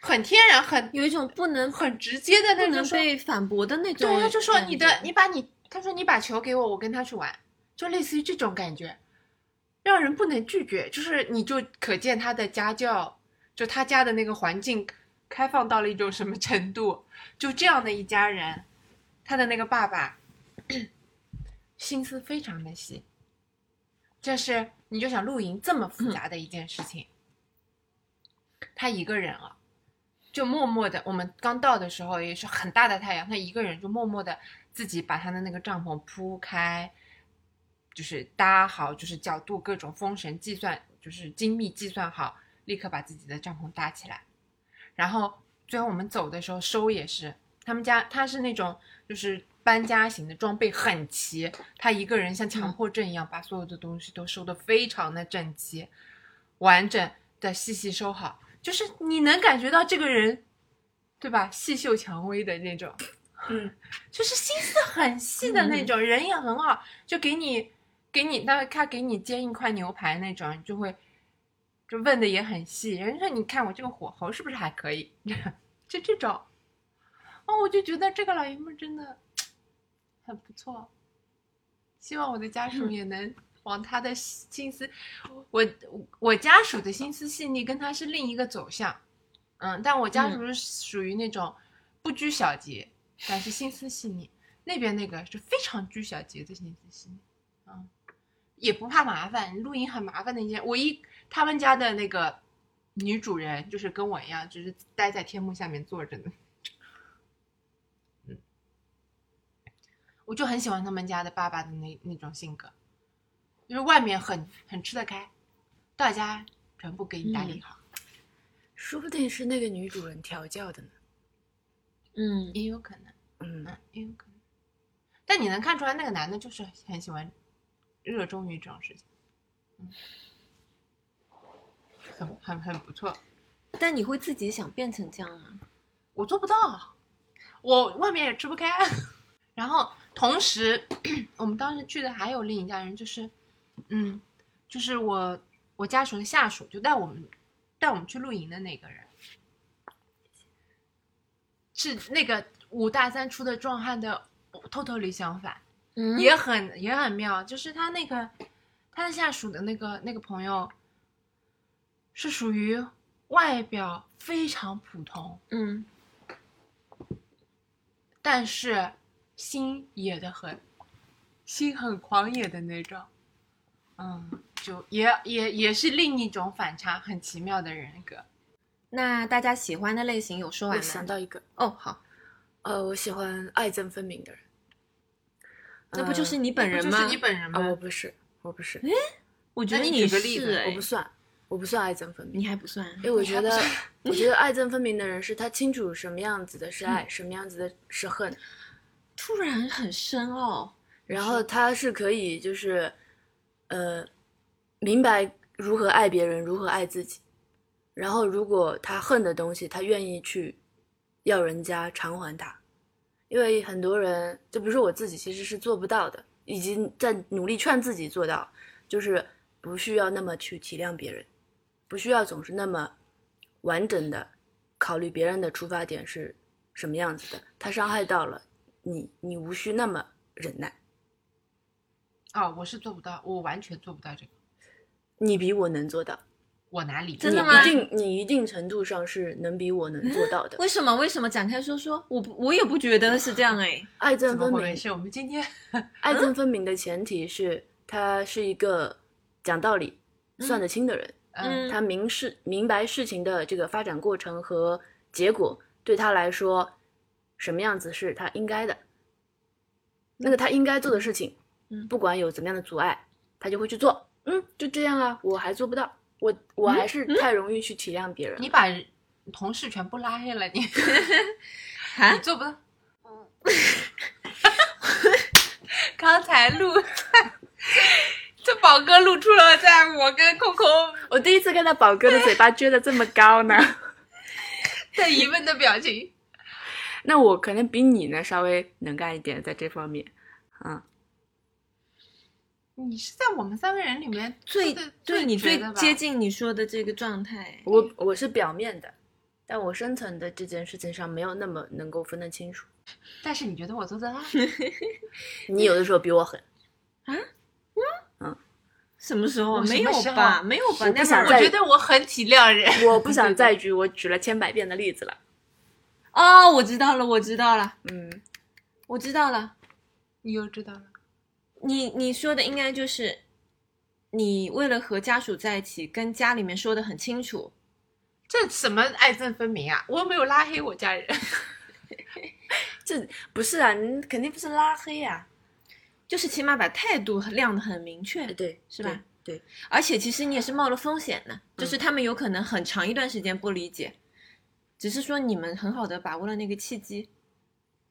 S2: 很天然、很
S1: 有一种不能
S2: 很直接的那
S1: 不
S2: 种
S1: 能
S2: 说，
S1: 被反驳的那种感
S2: 对，
S1: 觉。
S2: 他就说你的，你把你，他说你把球给我，我跟他去玩，就类似于这种感觉，让人不能拒绝，就是你就可见他的家教，就他家的那个环境开放到了一种什么程度，就这样的一家人，他的那个爸爸心思非常的细，就是你就想露营这么复杂的一件事情，他一个人啊。就默默的，我们刚到的时候也是很大的太阳，他一个人就默默的自己把他的那个帐篷铺开，就是搭好，就是角度各种风神计算，就是精密计算好，立刻把自己的帐篷搭起来。然后最后我们走的时候收也是，他们家他是那种就是搬家型的，装备很齐，他一个人像强迫症一样把所有的东西都收的非常的整齐、完整的细细收好，就是你能感觉到这个人，对吧？细嗅蔷薇的那种，
S3: 嗯，
S2: 就是心思很细的那种，人也很好，就给你给你那他给你煎一块牛排那种，你就会就问的也很细，人家说你看我这个火候是不是还可以， 就这种，哦，我就觉得这个老爷们儿真的很不错，希望我的家属也能往他的心思，我我家属的心思细腻跟他是另一个走向，嗯，但我家属是属于那种不拘小节，但是心思细腻，那边那个是非常拘小节的心思细腻，嗯，也不怕麻烦，露营很麻烦的一件，我一他们家的那个。女主人就是跟我一样，就是待在天幕下面坐着的嗯我就很喜欢他们家的爸爸的那那种性格，就是外面很很吃得开，到家全部给你打理好，
S3: 说不定是那个女主人调教的呢。
S1: 嗯，
S2: 也有可能，
S3: 嗯，
S2: 嗯，也有可能。但你能看出来，那个男的就是很喜欢，热衷于这种事情，嗯，很很很不错。
S1: 但你会自己想变成这样吗？
S2: 我做不到，啊我外面也吃不开。 然后同时，我们当时去的还有另一家人，就是，嗯，就是我我家属的下属，就带我们带我们去露营的那个人，是那个武大三出的壮汉的透透里相反。
S1: 嗯
S2: 也很也很妙，就是他那个他的下属的那个那个朋友，是属于外表非常普通，
S1: 嗯
S2: 但是心野的很，心很狂野的那种，嗯，就也也也是另一种反差，很奇妙的人格。
S1: 那大家喜欢的类型有说
S3: 我
S1: 完
S3: 想
S1: 吗？
S3: 到一个，
S1: 哦，好，
S3: 呃，我喜欢爱憎分明的人。
S1: 那不就是
S3: 呃
S1: 你本人
S2: 就
S1: 吗？哦
S2: 是你本人吗？
S3: 啊？我不是，我不是，
S1: 我觉得
S2: 那你
S1: 你
S2: 举个例子
S1: 是哎
S3: 我不算，我不算爱憎分明。
S1: 你还不算，
S3: 因为我
S2: 你还
S3: 觉
S2: 不
S3: 得，我觉得爱憎分明的人是他清楚什么样子的
S1: 嗯
S3: 是爱，什么样子的是恨，
S1: 突然很深奥、
S3: 然后他是可以就是，呃，明白如何爱别人，如何爱自己，然后如果他恨的东西，他愿意去要人家偿还他，因为很多人，就比如说我自己，其实是做不到的，已经在努力劝自己做到，就是不需要那么去体谅别人，不需要总是那么完整的考虑别人的出发点是什么样子的，他伤害到了你，你无需那么忍耐，
S2: 哦啊、我是做不到，我完全做不到这个，
S3: 你比我能做到，
S2: 我哪里
S1: 真的
S2: 做
S1: 吗
S2: 不
S3: 一
S2: 到
S3: 定你一定程度上是能比我能做到的。
S1: 为什么？为什么？展开说说，我不我也不觉得是这样 哎。
S3: 爱憎
S2: 怎么
S3: 分
S2: 回
S3: 明，
S2: 事？我们今天
S3: 爱
S1: 嗯
S3: 憎分明的前提是他是一个讲道理、算得清的人，
S1: 嗯
S3: 他明事明白事情的这个发展过程和结果，对他来说什么样子是他应该的，那个他应该做的事情，
S1: 嗯
S3: 不管有怎么样的阻碍，他就会去做。嗯，就这样啊，我还做不到，我
S1: 嗯
S3: 我还是太容易去体谅别人了。
S2: 你把同事全部拉黑了，你
S1: 啊
S2: 你做不到。 刚才录 在，这宝哥录出了在我跟扣扣
S3: 我第一次看到宝哥的嘴巴撅得这么高呢，
S2: 的疑问的表情。
S3: 那我可能比你呢稍微能干一点，在这方面。
S2: 你是在我们三个人里面
S1: 最
S2: 的
S1: 对你
S2: 绝
S1: 最
S2: 的吧
S1: 接近你说的这个状态，
S3: 我我是表面的，但我深层的这件事情上没有那么能够分得清楚。
S2: 但是你觉得我做得到？
S3: 你有的时候比我狠，
S1: 什么时候啊
S2: 我什
S1: 没
S2: 么
S1: 有
S2: 时候
S1: 吧？没有吧？
S3: 我不
S1: 那会
S3: 想
S1: 儿
S2: 我
S3: 再
S2: 觉得我很体谅人。
S3: 我不想再 举我举了千百遍的例子了。
S1: 哦，我知道了，我知道了，
S3: 嗯，
S1: 我知道了。
S2: 你又知道了，
S1: 你你说的应该就是，你为了和家属在一起，跟家里面说的很清楚，
S2: 这什么爱憎分明啊！我又没有拉黑我家人。
S3: 这不是啊，你肯定不是拉黑啊。
S1: 就是起码把态度亮的很明确
S3: 哎，，对，
S1: 是吧
S3: 对？对，
S1: 而且其实你也是冒了风险的，
S3: 嗯
S1: 就是他们有可能很长一段时间不理解，只是说你们很好的把握了那个契机。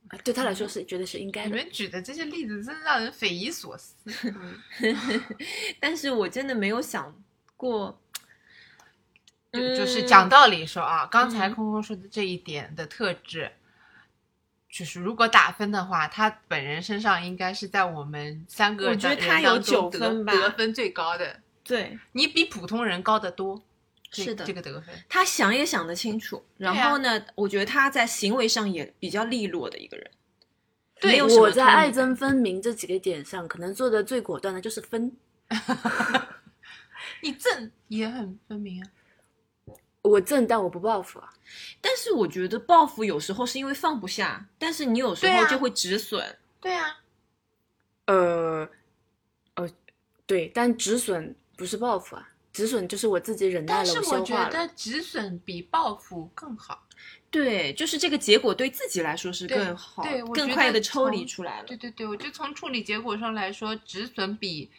S3: 啊对他来说是觉得是应该
S2: 你
S3: 的。
S2: 们举的这些例子真让人匪夷所思。
S1: 但是我真的没有想过，
S2: 就就是
S1: 嗯
S2: 讲道理说啊，刚才
S1: 嗯
S2: 空空说的这一点的特质，就是如果打分的话，他本人身上应该是在我们三个
S1: 我觉得
S2: 人
S1: 他有
S2: 当中
S1: 9
S2: 得
S1: 分吧
S2: 得分最高的，
S1: 对
S2: 你比普通人高得多。这
S1: 是的
S2: 这个得分，
S1: 他想也想得清楚，然
S3: 啊
S1: 后呢，我觉得他在行为上也比较利落的一个人。
S2: 对
S1: 没有什么
S3: 我在
S1: 拖泥
S3: 爱
S1: 带
S3: 憎分明这几个点上，可能做的最果断的就是分。
S2: 你正也很分明啊。
S3: 我正，但我不报复啊。
S1: 但是我觉得报复有时候是因为放不下，但是你有时
S2: 对啊
S1: 候就会止损。
S2: 对啊，
S3: 呃，呃，对，但止损不是报复啊，止损就是我自己忍耐了，
S2: 但是
S3: 消
S2: 我觉
S3: 化了。
S2: 得止损比报复更好。
S1: 对，就是这个结果对自己来说是
S2: 对
S1: 更好
S2: 对我、
S1: 更
S2: 觉
S1: 快
S2: 得
S1: 的抽离
S2: 从
S1: 出来了
S2: 对。对对，我觉得从处理结果上来说，止损比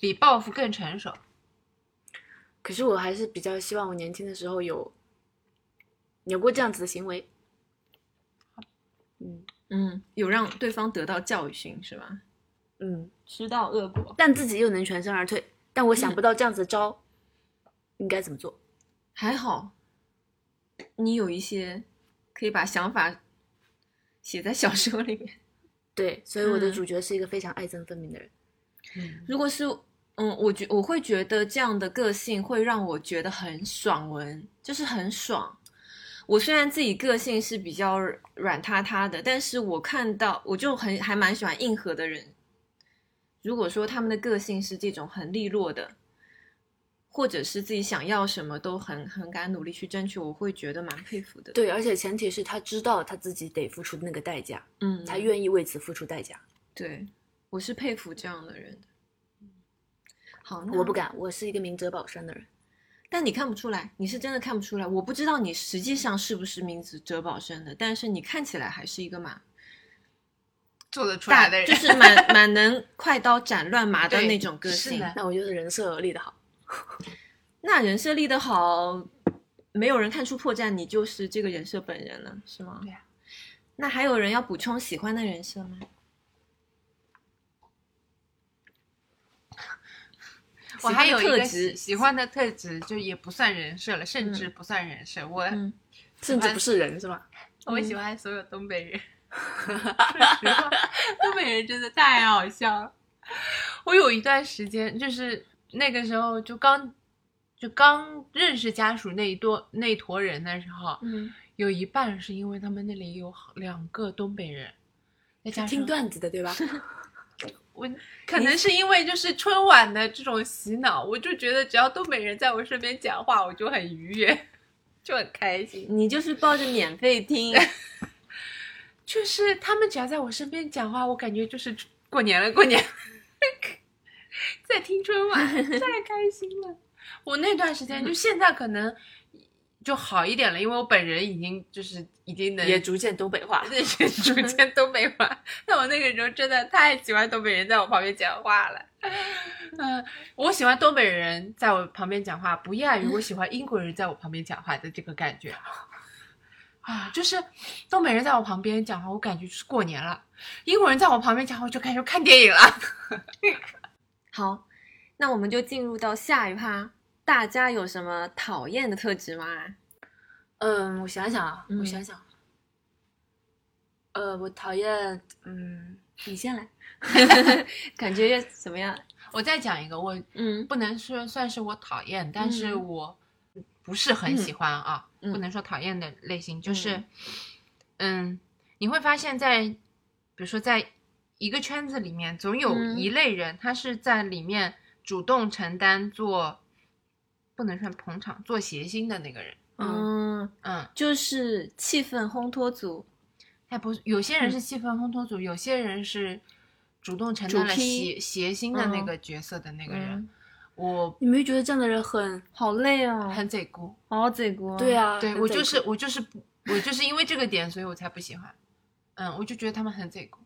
S2: 比报复更成熟。
S3: 可是我还是比较希望我年轻的时候有有过这样子的行为。嗯
S1: 嗯，有让对方得到教训是吧？
S3: 嗯，
S1: 知道恶果，
S3: 但自己又能全身而退，但我想不到这样子的招应该怎么做。
S1: 还好，你有一些可以把想法写在小说里面。
S3: 对，所以我的
S1: 嗯
S3: 主角是一个非常爱憎分明的人。
S2: 嗯，
S1: 如果是嗯，我觉我会觉得这样的个性会让我觉得很爽文，就是很爽。我虽然自己个性是比较软塌塌的，但是我看到我就很还蛮喜欢硬核的人。如果说他们的个性是这种很利落的，或者是自己想要什么都很很敢努力去争取，我会觉得蛮佩服的。，
S3: 对，而且前提是他知道他自己得付出的那个代价，
S1: 嗯，
S3: 他愿意为此付出代价。
S1: 对，我是佩服这样的人的。好，那
S3: 我
S2: 嗯
S3: 不敢，我是一个明哲保身的人。
S1: 但你看不出来，你是真的看不出来。我不知道你实际上是不是明哲保身的，但是你看起来还是一个蛮
S2: 做得出
S1: 大
S2: 来的人，
S1: 就是蛮蛮能快刀斩乱麻的
S2: 对
S1: 那种个
S2: 是
S1: 性。
S2: 的
S3: 那我就是人设立得好。
S1: 那人设立得好，没有人看出破绽，你就是这个人设本人了，是吗？
S2: 对啊
S1: 那还有人要补充喜欢的人设吗？
S2: 我还有一个
S1: 特质
S2: 喜喜欢的特质，就也不算人设了，甚至不算人设。我、
S1: 嗯，
S3: 甚至不是人是吧？
S2: 我喜欢所有东北人，说实话，东北人真的太好笑了。我有一段时间，就是那个时候就刚就刚认识家属那一多那一坨人的时候，
S1: 嗯，
S2: 有一半是因为他们那里有好两个东北人，再加上
S3: 听段子的对吧？
S2: 我可能是因为就是春晚的这种洗脑，我就觉得只要东北人在我身边讲话，我就很愉悦， 就很开心。
S1: 你就是抱着免费 听，
S2: 就是他们只要在我身边讲话，我感觉就是过年了，过年了，在听春晚，太开心了。我那段时间就现在可能就好一点了，因为我本人已经就是已经能
S1: 也逐渐东北话。
S2: 那些逐渐东北话。但我那个时候真的太喜欢东北人在我旁边讲话了。嗯、我喜欢东北人在我旁边讲话，不亚于我喜欢英国人在我旁边讲话的这个感觉。啊，就是东北人在我旁边讲话，我感觉就是过年了；英国人在我旁边讲话，我就开始看电影了。
S1: 好，那我们就进入到下一趴。大家有什么讨厌的特质吗？
S3: 嗯，我想想啊，我
S1: 嗯
S3: 想想，呃，我讨厌，嗯，你先来，
S1: 感觉怎么样？
S2: 我再讲一个，我
S1: 嗯
S2: 不能说算是我讨厌，但是
S1: 嗯
S2: 我不是很喜欢啊，
S1: 嗯
S2: 不能说讨厌的类型，就是
S1: 嗯，
S2: 嗯，你会发现在，比如说在一个圈子里面，总有
S1: 嗯
S2: 一类人，他是在里面主动承担做，不能算捧场，做谐星的那个人，
S3: 嗯
S1: 嗯，
S2: 嗯，
S1: 就是气氛烘托组，
S2: 他不，有些
S1: 嗯
S2: 人是气氛烘托组，有些人是主动承担了
S1: 主批
S2: 谐谐星的那
S1: 嗯
S2: 个角色的那个人，
S1: 嗯，
S2: 我
S3: 你没觉得这样的人很，
S1: 好累哦，
S2: 很贼姑。
S1: 好贼锅。
S3: 对，啊，
S2: 对
S3: 很
S2: 我
S3: 贼
S2: 就是
S3: 酷
S2: 我就是不我就是因为这个点，所以我才不喜欢。嗯，我就觉得他们很贼狗，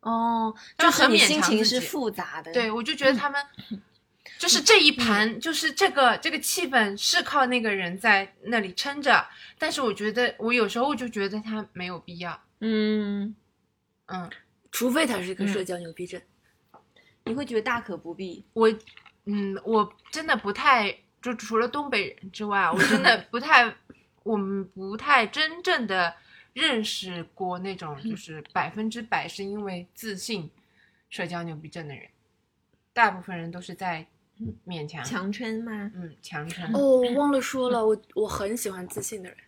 S1: 哦，
S2: 就
S1: 就是
S2: 很
S1: 你
S2: 勉
S1: 心
S2: 强
S1: 情
S2: 自
S1: 是
S2: 己
S1: 复杂的。
S2: 对，我就觉得他们就是这一盘，就是这个这个气氛是靠那个人在那里撑着，但是我觉得我有时候就觉得他没有必要。
S1: 嗯，
S2: 嗯，
S3: 除非他是一个
S2: 嗯
S3: 社交牛逼症，
S1: 你会觉得大可不必。
S2: 我嗯我真的不太就除了东北人之外，我 真的不太我们不太真正的认识过那种
S3: 嗯
S2: 就是百分之百是因为自信社交牛逼症的人，大部分人都是在勉强
S1: 强撑吗？
S2: 嗯强撑
S3: 嗯哦，我忘了说了，我我很喜欢自信的人，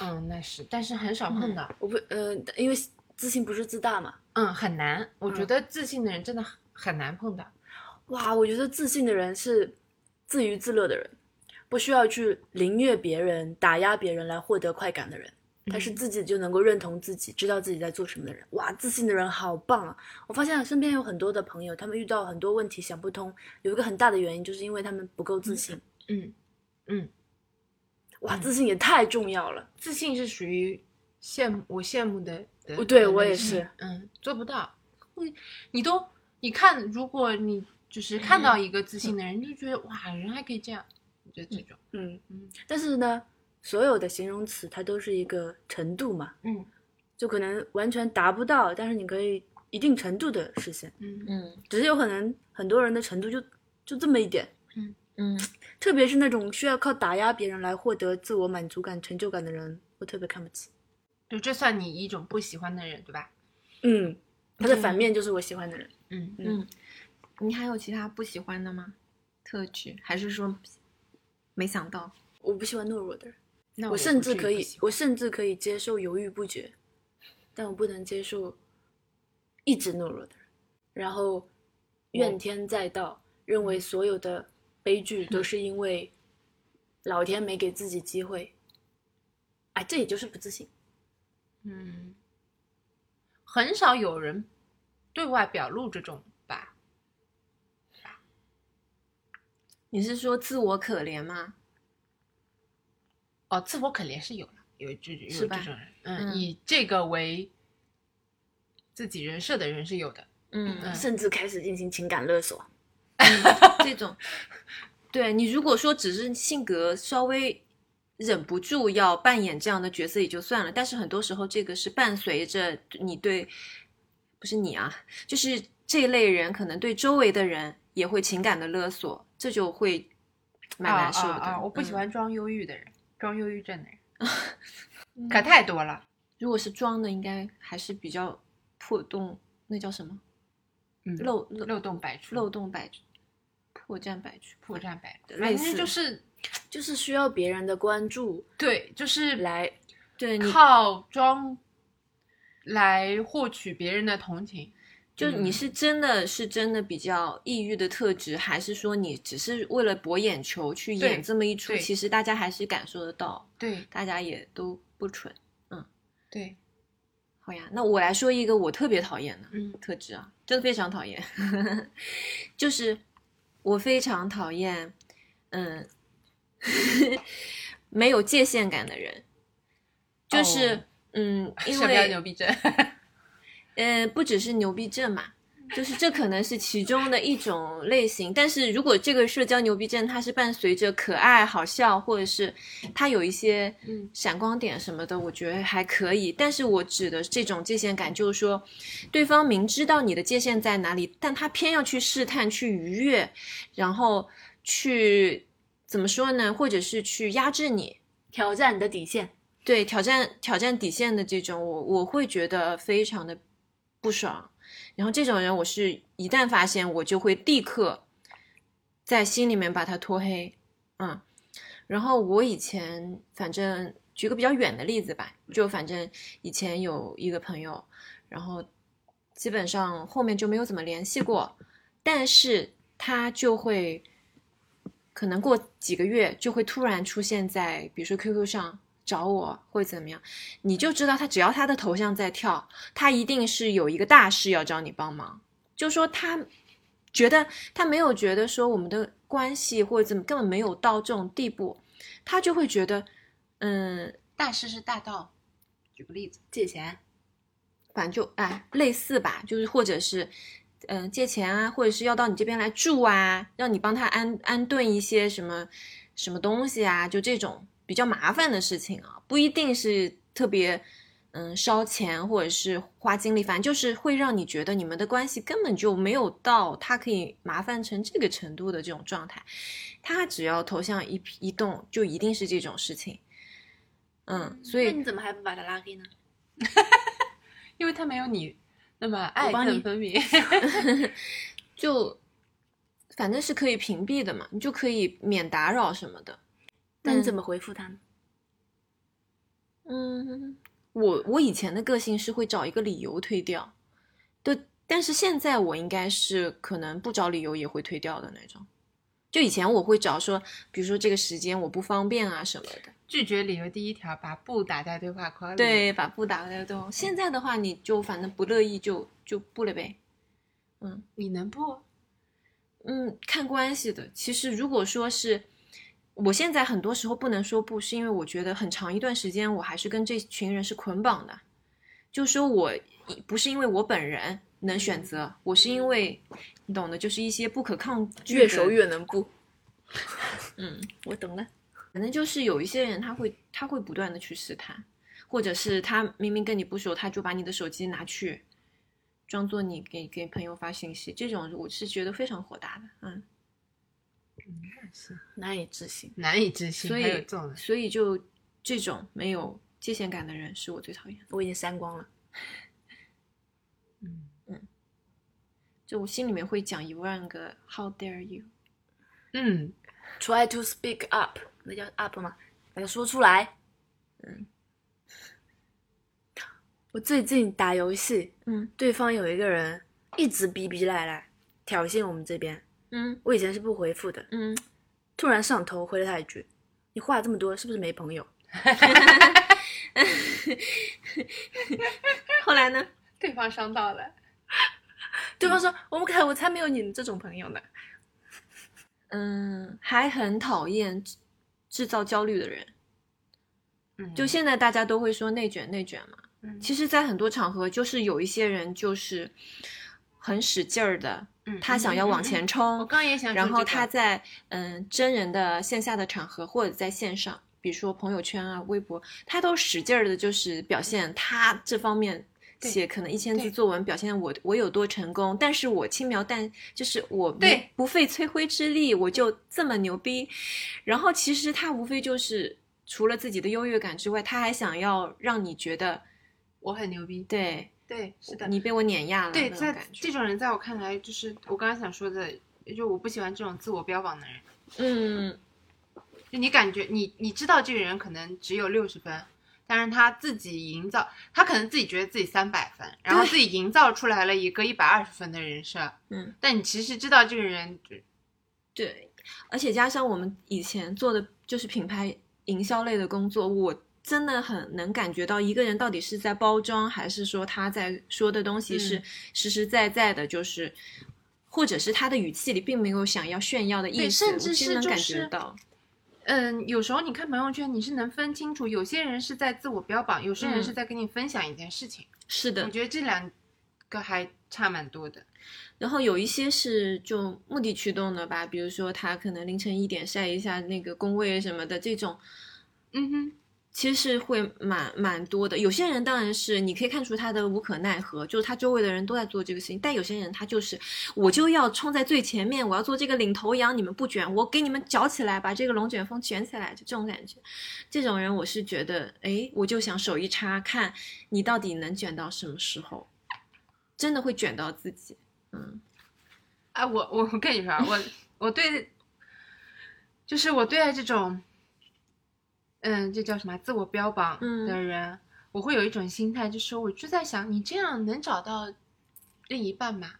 S2: 嗯那是，但是很少碰到
S3: 我不，呃，因为自信不是自大嘛，
S2: 嗯很难，我觉
S3: 嗯
S2: 得自信的人真的很很难碰到，
S3: 哇，我觉得自信的人是自娱自乐的人，不需要去凌虐别人、打压别人来获得快感的人。他是
S2: 嗯
S3: 自己就能够认同自己，知道自己在做什么的人。哇，自信的人好棒啊！我发现身边有很多的朋友，他们遇到很多问题想不通，有一个很大的原因就是因为他们不够自信。
S2: 嗯嗯。
S3: 哇，
S2: 嗯
S3: 自信也太重要了。
S2: 自信是属于羡慕，我羡慕的。的
S3: 哦对
S2: 的
S3: 我
S2: 类
S3: 也
S2: 型
S3: 是，
S2: 嗯，做不到。会你都你看，如果你就是看到一个自信的人，你就觉得哇，人还可以这样，我觉得这种，
S3: 嗯
S2: 嗯
S3: 但是呢，所有的形容词它都是一个程度嘛，
S2: 嗯
S3: 就可能完全达不到，但是你可以一定程度的实现。
S2: 嗯
S1: 嗯
S3: 只是有可能很多人的程度就就这么一点，
S1: 嗯，
S3: 特别是那种需要靠打压别人来获得自我满足感、成就感的人，我特别看不起。
S2: 就这算你一种不喜欢的人，对吧？
S3: 嗯，他的反
S1: 嗯
S3: 面就是我喜欢的人。
S2: 嗯
S1: 嗯你还有其他不喜欢的吗？特质还是说没想到？
S3: 我不喜欢懦弱的人，
S2: 那
S3: 我
S2: 我
S3: 甚
S2: 不
S3: 至
S2: 至于
S3: 可
S2: 不
S3: 以
S2: 喜，欢
S3: 我甚至可以接受犹豫不决，但我不能接受一直懦弱的人。然后怨天载道，认
S2: 嗯
S3: 为所有的悲剧都是因为老天没给自己机会。哎，这也就是不自信。
S2: 嗯，很少有人对外表露这种吧，
S1: 你是说自我可怜吗？
S2: 哦，自我可怜是有了，有这有
S1: 是
S2: 这
S1: 吧
S2: 种人，嗯，
S1: 嗯
S2: 以这个为自己人设的人是有的，
S1: 嗯
S2: 嗯
S3: 甚至开始进行情感勒索。
S1: 这种，对你如果说只是性格稍微忍不住要扮演这样的角色也就算了，但是很多时候这个是伴随着你对，不是你啊，就是这类人可能对周围的人也会情感的勒索，这就会蛮难受的。
S2: 啊啊啊我不
S1: 嗯
S2: 喜欢装忧郁的人，装忧郁症的人，可太多了。
S1: 如果是装的，应该还是比较破洞，那叫什么？
S2: 嗯漏
S1: 漏漏
S2: 漏洞百出，
S1: 漏洞百出，破绽百出，
S2: 破绽百出，
S1: 类
S2: 反
S1: 似
S2: 正就是
S3: 就是需要别人的关注
S2: 对，就是
S3: 来，
S1: 对你
S2: 靠装来获取别人的同情。
S1: 就是你是真的是真的比较抑郁的特质，还是说你只是为了博眼球去演
S2: 对
S1: 这么一出？
S2: 对
S1: 其实大家还是感受得到，
S2: 对
S1: 大家也都不蠢。
S2: 对，
S1: 好呀，那我来说一个我特别讨厌的
S2: 嗯
S1: 特质啊，真的非常讨厌， 就是我非常讨厌，嗯， 没有界限感的人，就是、
S2: 哦
S1: 嗯，因
S2: 什么叫
S1: 为
S2: 牛逼症？
S1: 呃，不只是牛逼症嘛，就是这可能是其中的一种类型。但是如果这个社交牛逼症它是伴随着可爱、好笑，或者是它有一些
S2: 嗯
S1: 闪光点什么的，我觉得还可以。但是我指的这种界限感，就是说，对方明知道你的界限在哪里，但他偏要去试探、去逾越，然后去怎么说呢？或者是去压制你。
S3: 挑战你的底线。
S1: 对挑战挑战底线的这种，我我会觉得非常的不爽。然后这种人，我是一旦发现，我就会立刻在心里面把他拖黑，嗯。然后我以前反正举个比较远的例子吧，就反正以前有一个朋友，然后基本上后面就没有怎么联系过，但是他就会可能过几个月就会突然出现在，比如说 QQ 上找我，或者怎么样，你就知道他只要他的头像在跳，他一定是有一个大事要找你帮忙。就说他觉得他没有觉得说我们的关系或者怎么根本没有到这种地步，他就会觉得，嗯，
S2: 大事是大道，举个例子，
S3: 借钱，
S1: 反正就哎类似吧，就是或者是嗯、呃借钱啊，或者是要到你这边来住啊，让你帮他安安顿一些什么什么东西啊，就这种比较麻烦的事情啊，不一定是特别嗯烧钱或者是花精力，反正就是会让你觉得你们的关系根本就没有到他可以麻烦成这个程度的这种状态。他只要头像一一动，就一定是这种事情。嗯，所以
S3: 那你怎么还不把他拉黑呢？
S2: 因为他没有你那么爱
S3: 我帮你
S2: 恨分明。
S1: 就反正是可以屏蔽的嘛，你就可以免打扰什么的。
S3: 那你怎么回复他呢？
S1: 嗯，我我以前的个性是会找一个理由推掉，对，但是现在我应该是可能不找理由也会推掉的那种。就以前我会找说，比如说这个时间我不方便啊什么的，
S2: 拒绝理由第一条，把不打在对话框里。，
S1: 对，把不打掉都。现在的话，你就反正不乐意就就不了呗。
S2: 你能不？
S1: 嗯，看关系的。其实如果说是我现在很多时候不能说不，是因为我觉得很长一段时间我还是跟这群人是捆绑的，就说我不是因为我本人能选择，我是因为你懂的，就是一些不可抗拒的。
S3: 越熟越能不。
S1: 嗯，
S3: 我懂了。
S1: 反正就是有一些人他会他会不断的去试探，或者是他明明跟你不熟，他就把你的手机拿去。装作你给给朋友发信息，这种我是觉得非常火大的，嗯，
S3: 难以置信。
S2: 难以置信，
S1: 所以
S2: 还有这种人。
S1: 所以就这种没有界限感的人是我最讨厌的，
S3: 我已经删光了。
S2: 嗯
S1: 就我心里面会讲一万个 How dare you，
S2: 嗯，
S3: Try to speak up，那叫 up 吗？把它说出来。
S1: 嗯，
S3: 我最近打游戏，
S1: 嗯
S3: 对方有一个人一直逼逼赖赖挑衅我们这边，
S1: 嗯
S3: 我以前是不回复的，
S1: 嗯，
S3: 突然上头回了他一句：“你话这么多，是不是没朋友
S1: 后来呢？
S2: 对方伤到了。？”
S3: 对方说：“我们凯，我才没有你们这种朋友呢。
S1: 嗯，还很讨厌制制造焦虑的人，
S2: 嗯，
S1: 就现在大家都会说内卷内卷嘛，
S2: 嗯
S1: 其实，在很多场合，就是有一些人就是很使劲儿的，
S2: 嗯
S1: 他想要往前冲，
S2: 我刚也想说
S1: 然后
S2: 这个
S1: 他在嗯真人的线下的场合或者在线上，比如说朋友圈啊、微博，他都使劲儿的，就是表现他这方面
S2: 对
S1: 写可能一千字
S2: 对
S1: 作文，表现我我有多成功，但是我轻描淡，就是我
S2: 对
S1: 没不费吹灰之力，我就这么牛逼。然后其实他无非就是除了自己的优越感之外，他还想要让你觉得
S2: 我很牛逼。
S1: 对
S2: 对，是的。
S1: 你被我碾压了
S2: 对，
S1: 那种
S2: 在
S1: 感觉
S2: 这。种人在我看来，就是我刚刚想说的，就我不喜欢这种自我标榜的人。
S1: 嗯
S2: 就你感觉你你知道这个人可能只有六十分，但是他自己营造，他可能自己觉得自己三百分，然后自己营造出来了一个一百二十分的人设，
S1: 嗯，
S2: 但你其实知道这个人
S1: 对，而且加上我们以前做的就是品牌营销类的工作，我真的很能感觉到一个人到底是在包装，还是说他在说的东西是
S2: 嗯
S1: 实实在在的，就是。或者是他的语气里并没有想要炫耀的意
S2: 对
S1: 思，
S2: 甚至
S1: 我其实
S2: 是
S1: 能
S2: 就
S1: 感
S2: 是
S1: 觉到，
S2: 嗯，有时候你看朋友圈，你是能分清楚，有些人是在自我标榜，有些人
S1: 嗯
S2: 是在跟你分享一件事情。
S1: 是的
S2: 我，觉得这两个还差蛮多的。
S1: 然后有一些是就目的驱动的吧，比如说他可能凌晨一点晒一下那个工位什么的，这种
S2: 嗯哼，
S1: 其实会蛮蛮多的。有些人当然是你可以看出他的无可奈何，就是他周围的人都在做这个事情，但有些人他就是我就要冲在最前面，我要做这个领头羊，你们不卷，我给你们搅起来，把这个龙卷风卷起来，就这种感觉。这种人我是觉得，哎，我就想手一插，看你到底能卷到什么时候，真的会卷到自己。嗯
S2: 啊，我我我跟你说啊， 我我对，就是我对待这种，嗯，这叫什么自我标榜
S1: 嗯
S2: 的人，我会有一种心态，就是我就在想，你这样能找到另一半吗？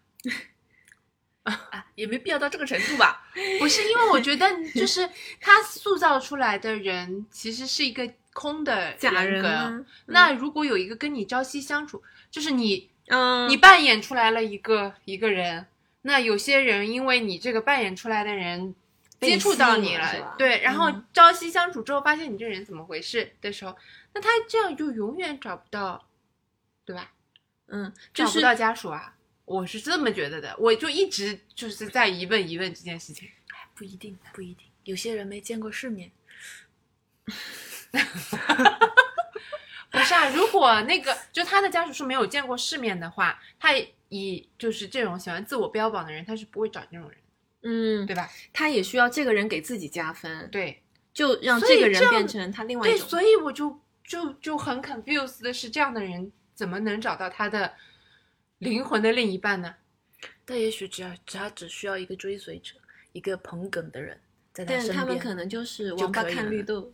S3: 啊也没必要到这个程度吧。
S2: 不是因为 我觉得，就是他塑造出来的人其实是一个空的
S1: 假
S2: 人
S1: 人
S2: 格。
S1: 啊，
S2: 那如果有一个跟你朝夕相处，就是你
S1: 嗯，
S2: 你扮演出来了一个一个人，那有些人因为你这个扮演出来的人
S1: 被
S2: 接
S1: 你
S2: 触到
S1: 吸引
S2: 你
S1: 了是吧
S2: 对，然后
S1: 嗯
S2: 朝夕相处之后发现你这人怎么回事的时候，那他这样就永远找不到，对吧？
S1: 嗯，就
S2: 找不
S1: 是
S2: 到家属啊，我是这么觉得的，我就一直就是在疑问疑问这件事情。
S3: 不一定，不一定，有些人没见过世面。
S2: 不是啊，如果那个就他的家属是没有见过世面的话，他以就是这种喜欢自我标榜的人，他是不会找这种人，
S1: 嗯，
S2: 对吧？
S1: 他也需要这个人给自己加分，
S2: 对
S1: 就让
S2: 所以
S1: 这个人
S2: 这样
S1: 变成他另外
S2: 对，
S1: 一种。
S2: 所以我就就就很 confused 的是，这样的人怎么能找到他的灵魂的另一半呢？
S3: 但也许只要只他只需要一个追随者，一个捧哏的人在他
S1: 但
S3: 身
S1: 他们
S3: 边。
S1: 可能就是
S3: 就
S1: 王八
S3: 可以
S1: 看
S3: 了
S1: 绿豆，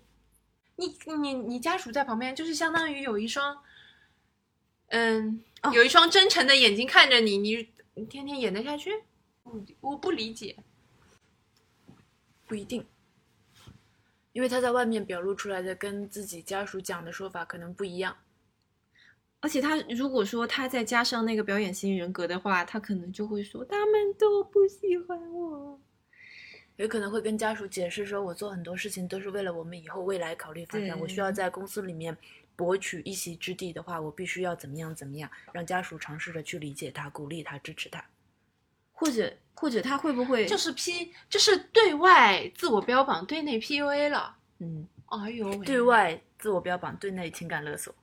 S2: 你你你家属在旁边，就是相当于有一双，嗯，
S1: 哦
S2: 有一双真诚的眼睛看着你，你你天天演得下去？我我不理解。
S3: 不一定，因为他在外面表露出来的跟自己家属讲的说法可能不一样。
S1: 而且他如果说他再加上那个表演型人格的话，他可能就会说他们都不喜欢我。
S3: 有可能会跟家属解释说，我做很多事情都是为了我们以后未来考虑发展，
S1: 对
S3: 我需要在公司里面博取一席之地的话，我必须要怎么样怎么样，让家属尝试着去理解他、鼓励他、支持他。
S1: 或者或者他会不会
S2: 就是 P，就是对外自我标榜，对内 PUA 了。
S3: 嗯，
S2: 哎呦喂，
S3: 对，外自我标榜，对内情感勒索。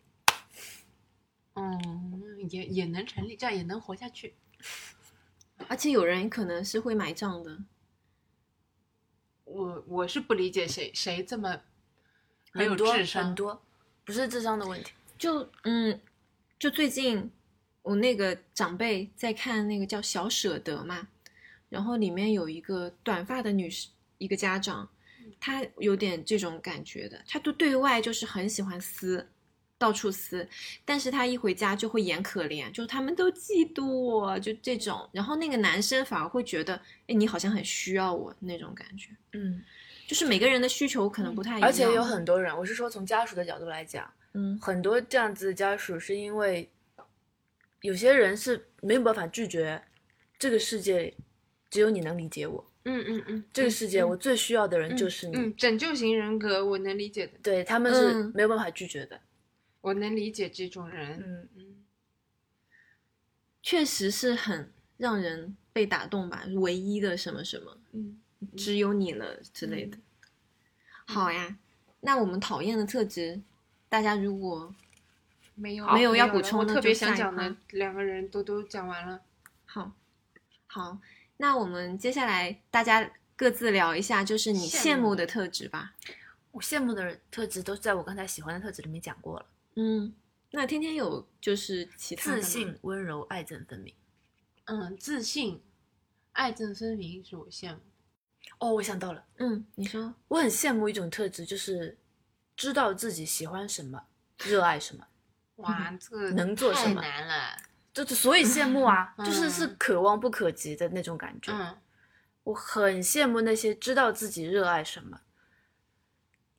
S2: 嗯，也也能成立，这样也能活下去。
S1: 而且有人可能是会买账的，
S2: 我我是不理解谁谁这么没有
S3: 很多
S2: 智商，
S3: 很多，不是智商的问题。
S1: 就嗯，就最近我那个长辈在看那个叫《小舍得》嘛，然后里面有一个短发的女士，一个家长，她有点这种感觉的，她就对外就是很喜欢撕，到处撕，但是她一回家就会演可怜，就他们都嫉妒我，就这种，然后那个男生反而会觉得，哎，你好像很需要我那种感觉，
S3: 嗯，
S1: 就是每个人的需求可能不太一样，
S3: 而且有很多人，我是说从家属的角度来讲，
S1: 嗯
S3: 很多这样子的家属是因为有些人是没有办法拒绝这个世界，只有你能理解我。
S2: 嗯嗯嗯，
S3: 这个世界我最需要的人
S2: 嗯
S3: 就是你，
S2: 嗯，拯救型人格我能理解的，
S3: 对他们是
S1: 嗯
S3: 没有办法拒绝的。
S2: 我能理解这种人。
S3: 嗯，
S2: 嗯，
S1: 确实是很让人被打动吧，唯一的什么什么，
S2: 嗯，
S1: 只有你了之类的。好呀，那我们讨厌的特质，大家如果
S2: 没有
S1: 没有要
S2: 了
S1: 补充
S2: 我
S1: 的
S2: 特
S1: 就
S2: 别
S1: 下
S2: 想
S1: 一
S2: 讲
S1: 趴
S2: 的两个人都都讲完了。
S1: 好，好，那我们接下来大家各自聊一下，就是你
S2: 羡
S1: 羡
S2: 慕
S1: 慕的特质吧。
S3: 我羡慕的人特质都在我刚才喜欢的特质里面讲过了：
S1: 嗯，那天天有就是其他的吗
S3: 自信、温柔、爱憎分明。
S2: 嗯，自信、爱憎分明是我羡慕。
S3: 哦，我想到了，
S1: 嗯，你说，
S3: 我很羡慕一种特质，就是知道自己喜欢什么，热爱什么，
S2: 哇，这个
S3: 能做什么
S2: 太难了。
S3: 就是所以羡慕啊，就是是
S2: 嗯
S3: 可望不可及的那种感觉。
S2: 嗯，
S3: 我很羡慕那些知道自己热爱什么，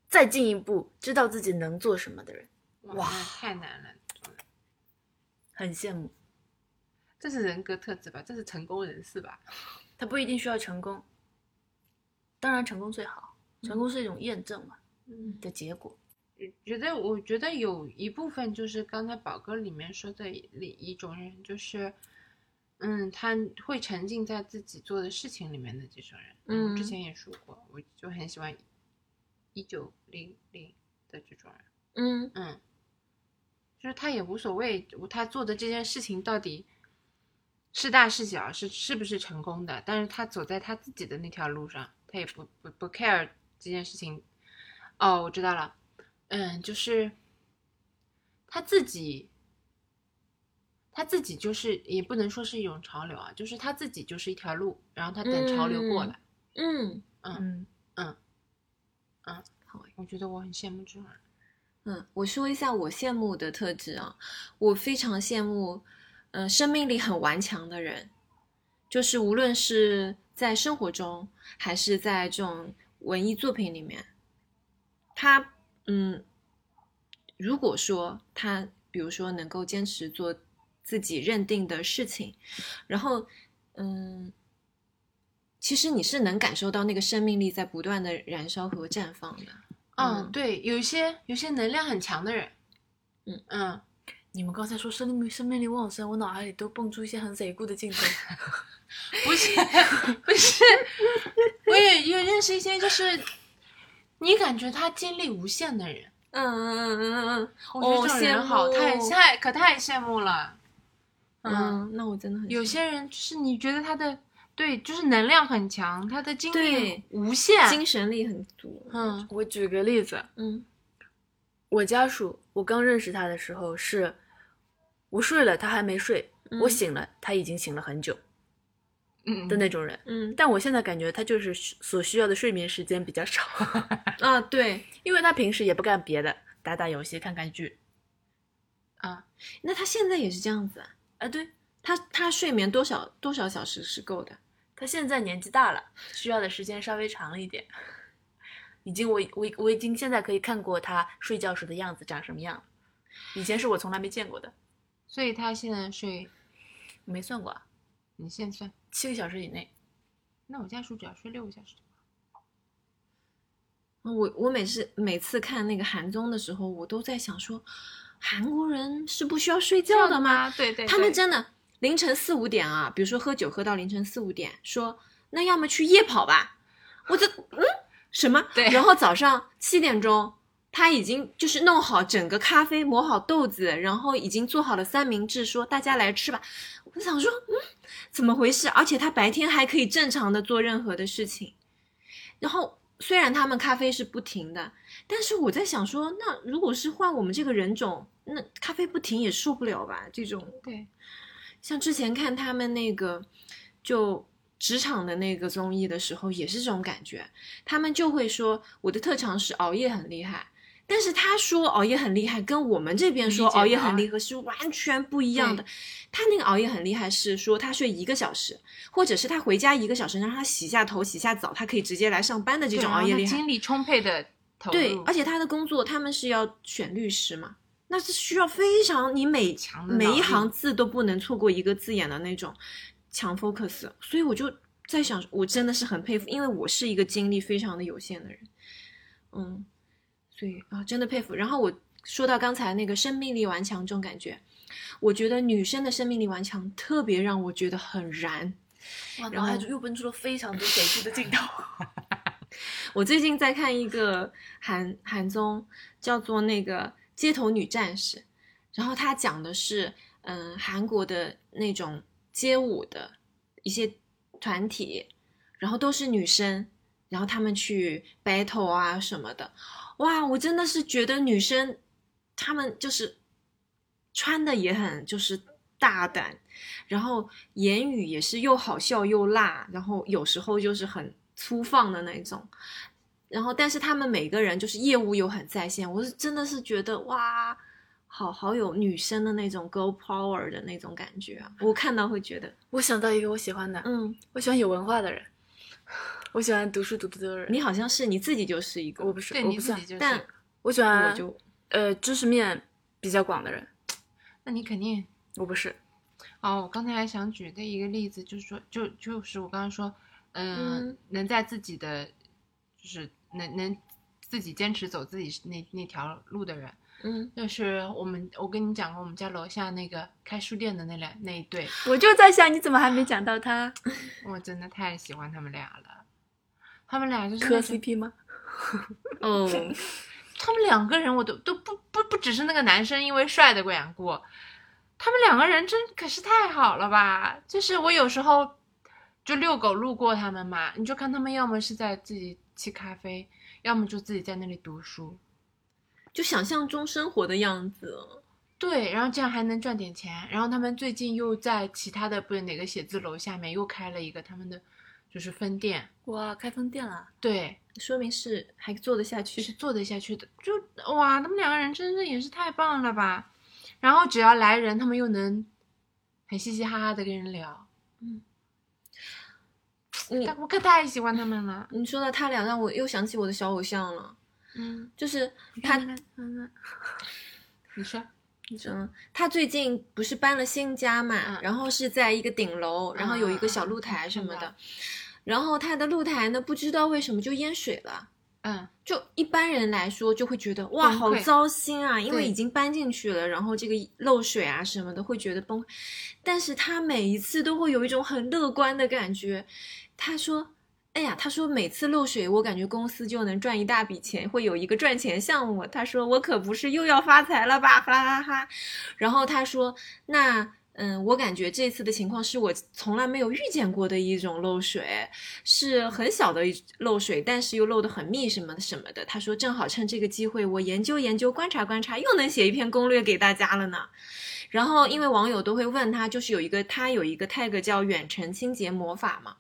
S3: 再进一步知道自己能做什么的人，哇
S2: 哇，太难了。
S3: 很羡慕。
S2: 这是人格特质吧？这是成功人士吧？
S3: 他不一定需要成功，当然成功最好，成功是一种验证嘛
S2: 嗯，
S3: 的结果。
S2: 觉得我觉得有一部分就是刚才宝哥里面说的一一种人，就是，嗯，他会沉浸在自己做的事情里面的这种人。
S1: 嗯
S2: 我之前也说过，我就很喜欢一九零零的这种人。
S1: 嗯
S2: 嗯，就是他也无所谓，他做的这件事情到底是大是小，是是不是成功的，但是他走在他自己的那条路上，他也不不不 care 这件事情。哦，我知道了，嗯，就是他自己，他自己就是也不能说是一种潮流啊，就是他自己就是一条路，然后他等潮流过
S1: 嗯
S2: 来。
S1: 嗯
S3: 嗯，
S2: 我觉得我很羡慕这种人。
S1: 嗯，我说一下我羡慕的特质啊，我非常羡慕，嗯、生命力很顽强的人，就是无论是在生活中还是在这种文艺作品里面，他嗯，如果说他比如说能够坚持做自己认定的事情，然后嗯，其实你是能感受到那个生命力在不断的燃烧和绽放的，
S2: 嗯，
S1: 嗯
S2: 对，有一些有一些能量很强的人，
S1: 嗯
S2: 嗯，
S3: 你们刚才说生命生命力旺盛，我脑海里都蹦出一些很贼固的 镜头。
S2: 不是不是， 我也也认识一些，就是你感觉他精力无限的人，
S1: 嗯嗯嗯嗯嗯。
S2: 我觉
S1: 哦
S2: 得这种
S1: 羡
S2: 人好，
S1: 慕
S2: 太太可太羡慕了。嗯，
S1: 嗯，那我真的很
S2: 有
S1: 喜
S2: 些人就是你觉得他的对，就是能量很强，他的精力
S1: 对
S2: 无限
S1: 欢。精神力很足。
S2: 嗯
S3: 我举个例子，
S1: 嗯
S3: 我家属，我刚认识他的时候是，我睡了他还没睡，
S1: 嗯
S3: 我醒了他已经醒了很久
S2: 嗯
S3: 的那种人。
S1: 嗯
S3: 但我现在感觉他就是需所需要的睡眠时间比较少，
S2: 哎
S1: 啊，对，
S3: 因为他平时也不干别的，打打游戏、看看剧。
S2: 啊，
S1: 那他现在也是这样子啊？
S3: 啊，对
S1: 他他睡眠多少多少小时是够的？
S3: 他现在年纪大了，需要的时间稍微长了一点。已经我我我已经现在可以看过他睡觉时的样子长什么样了，以前是我从来没见过的，
S2: 所以他现在睡，
S3: 没算过啊，
S2: 你现在算，
S3: 七个小时以内。
S2: 那我家属只要睡六个小时。
S1: 我我每次每次看那个韩综的时候，我都在想说，韩国人是不需要睡觉的吗？？
S2: 对对，
S1: 他们
S2: 对
S1: 真的凌晨四五点啊，比如说喝酒喝到凌晨四五点，说那要么去夜跑吧，我就嗯什么？
S2: 对
S1: 然后早上七点钟，他已经就是弄好整个咖啡，磨好豆子，然后已经做好了三明治，说大家来吃吧。我想说，嗯，怎么回事？而且他白天还可以正常的做任何的事情，然后。虽然他们咖啡是不停的，但是我在想说，那如果是换我们这个人种，那咖啡不停也受不了吧？这种
S2: 对，
S1: 像之前看他们那个就职场的那个综艺的时候，也是这种感觉。他们就会说我的特长是熬夜很厉害，但是他说熬夜很厉害，跟我们这边说
S2: 理解的啊
S1: 熬夜很厉害是完全不一样的。他那个熬夜很厉害是说他睡一个小时，或者是他回家一个小时，让他洗一下头、洗一下澡，他可以直接来上班的这
S2: 对
S1: 种
S2: 然
S1: 熬
S2: 后
S1: 夜
S2: 他
S1: 厉害。
S2: 精力充沛的投入，
S1: 对，而且他的工作他们是要选律师嘛，那是需要非常你每
S2: 强的
S1: 每
S2: 脑力
S1: 一行字都不能错过一个字眼的那种强 focus，所以我就在想，我真的是很佩服，因为我是一个精力非常的有限的人，嗯，所以啊，真的佩服。然后我说到刚才那个生命力顽强这种感觉，我觉得女生的生命力顽强特别让我觉得很燃，
S3: 哇，
S1: 然
S3: 脑海
S1: 后
S3: 中又蹦出了非常多贼固的镜头。
S1: 我最近在看一个韩韩综，叫做那个《街头女战士》，然后它讲的是，嗯、韩国的那种街舞的一些团体，然后都是女生，然后她们去 battle 啊什么的，哇，我真的是觉得女生她们就是穿的也很就是大胆，然后言语也是又好笑又辣，然后有时候就是很粗放的那种。然后但是他们每个人就是业务又很在线，我是真的是觉得哇，好好有女生的那种 girl power 的那种感觉啊，我看到会觉得，
S3: 我想到一个我喜欢的，
S1: 嗯，
S3: 我喜欢有文化的人，我喜欢读书读得多的人。
S1: 你好像是你自己就是一个，
S3: 我不是，
S2: 对
S3: 我
S2: 你
S3: 不
S2: 自
S3: 算
S2: 己，就是，
S1: 但
S3: 我喜
S1: 我
S3: 欢
S1: 就
S3: 呃知识面比较广的人，
S2: 那你肯定
S3: 我不是。
S2: 哦，我刚才还想举的一个例子，就是说，就就是我刚刚说，
S1: 嗯
S2: 嗯，能在自己的，就是能能自己坚持走自己那那条路的人，
S1: 嗯，
S2: 就是我们，我跟你讲过，我们家楼下那个开书店的那两那一对，
S3: 我就在想，你怎么还没讲到他？
S2: 我真的太喜欢他们俩了。他们俩就是那
S3: 磕
S2: 种
S3: CP 吗？
S1: 哦，
S2: 他们两个人我都都不不不只是那个男生因为帅的缘故，他们两个人真可是太好了吧！就是我有时候就遛狗路过他们嘛，你就看他们要么是在自己沏咖啡，要么就自己在那里读书，
S1: 就想象中生活的样子，哦
S2: 对，然后这样还能赚点钱。然后他们最近又在其他的不是哪个写字楼下面又开了一个他们的就是分店，
S3: 哇，开分店了！
S2: 对，
S1: 说明是还做得下
S2: 是
S1: 去。
S2: 做得下去的。就哇，他们两个人真是也是太棒了吧！然后只要来人，他们又能很嘻嘻哈哈的跟人聊，
S1: 你
S2: 但我可太喜欢他们了。
S1: 你说到他俩，让我又想起我的小偶像了，
S2: 嗯，
S1: 就是他
S3: 看看看看，
S2: 你说，
S1: 嗯，他最近不是搬了新家嘛，
S2: 嗯
S1: 然后是在一个顶楼，然后有一个小露台什么
S2: 嗯嗯
S1: 的，
S2: 嗯
S1: 然后他的露台呢，不知道为什么就淹水了。
S2: 嗯，
S1: 就一般人来说，就会觉得哇，
S2: 崩
S1: 好
S2: 溃
S1: 糟心啊，因为
S2: 对
S1: 已经搬进去了，然后这个漏水啊什么的，会觉得崩溃。但是他每一次都会有一种很乐观的感觉。他说：“哎呀，他说每次漏水，我感觉公司就能赚一大笔钱，会有一个赚钱项目。”他说：“我可不是又要发财了吧，哈哈哈。”然后他说：“那。”嗯，我感觉这次的情况是我从来没有遇见过的一种漏水，是很小的一漏水，但是又漏得很密什么的什么的。他说正好趁这个机会，我研究研究、观察观察，又能写一篇攻略给大家了呢。然后因为网友都会问他，就是有一个他有一个 tag 叫远程清洁魔法嘛，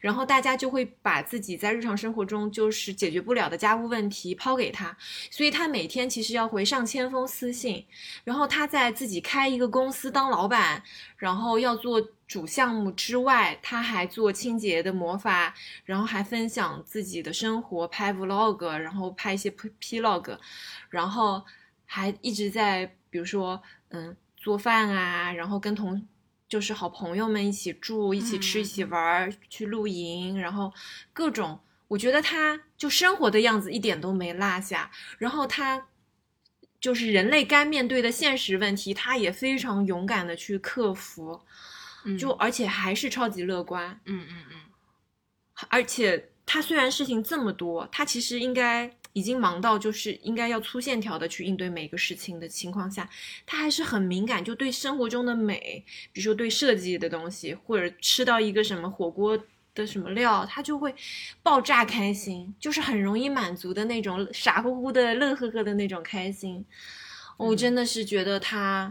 S1: 然后大家就会把自己在日常生活中就是解决不了的家务问题抛给他，所以他每天其实要回上千封私信，然后他在自己开一个公司当老板，然后要做主项目之外，他还做清洁的魔法，然后还分享自己的生活，拍 vlog，然后拍一些 p log，然后还一直在比如说嗯做饭啊，然后跟同就是好朋友们一起住、一起吃、
S2: 嗯
S1: 一起玩儿、去露营，然后各种。我觉得他就生活的样子一点都没落下，然后他就是人类该面对的现实问题，他也非常勇敢的去克服，
S2: 嗯
S1: 就而且还是超级乐观，
S2: 嗯嗯嗯，
S1: 而且他虽然事情这么多，他其实应该已经忙到就是应该要粗线条的去应对每个事情的情况下，他还是很敏感，就对生活中的美，比如说对设计的东西，或者吃到一个什么火锅。的什么料，他就会爆炸开心，就是很容易满足的那种傻乎乎的、乐呵呵的那种开心。我
S2: 嗯
S1: 真的是觉得他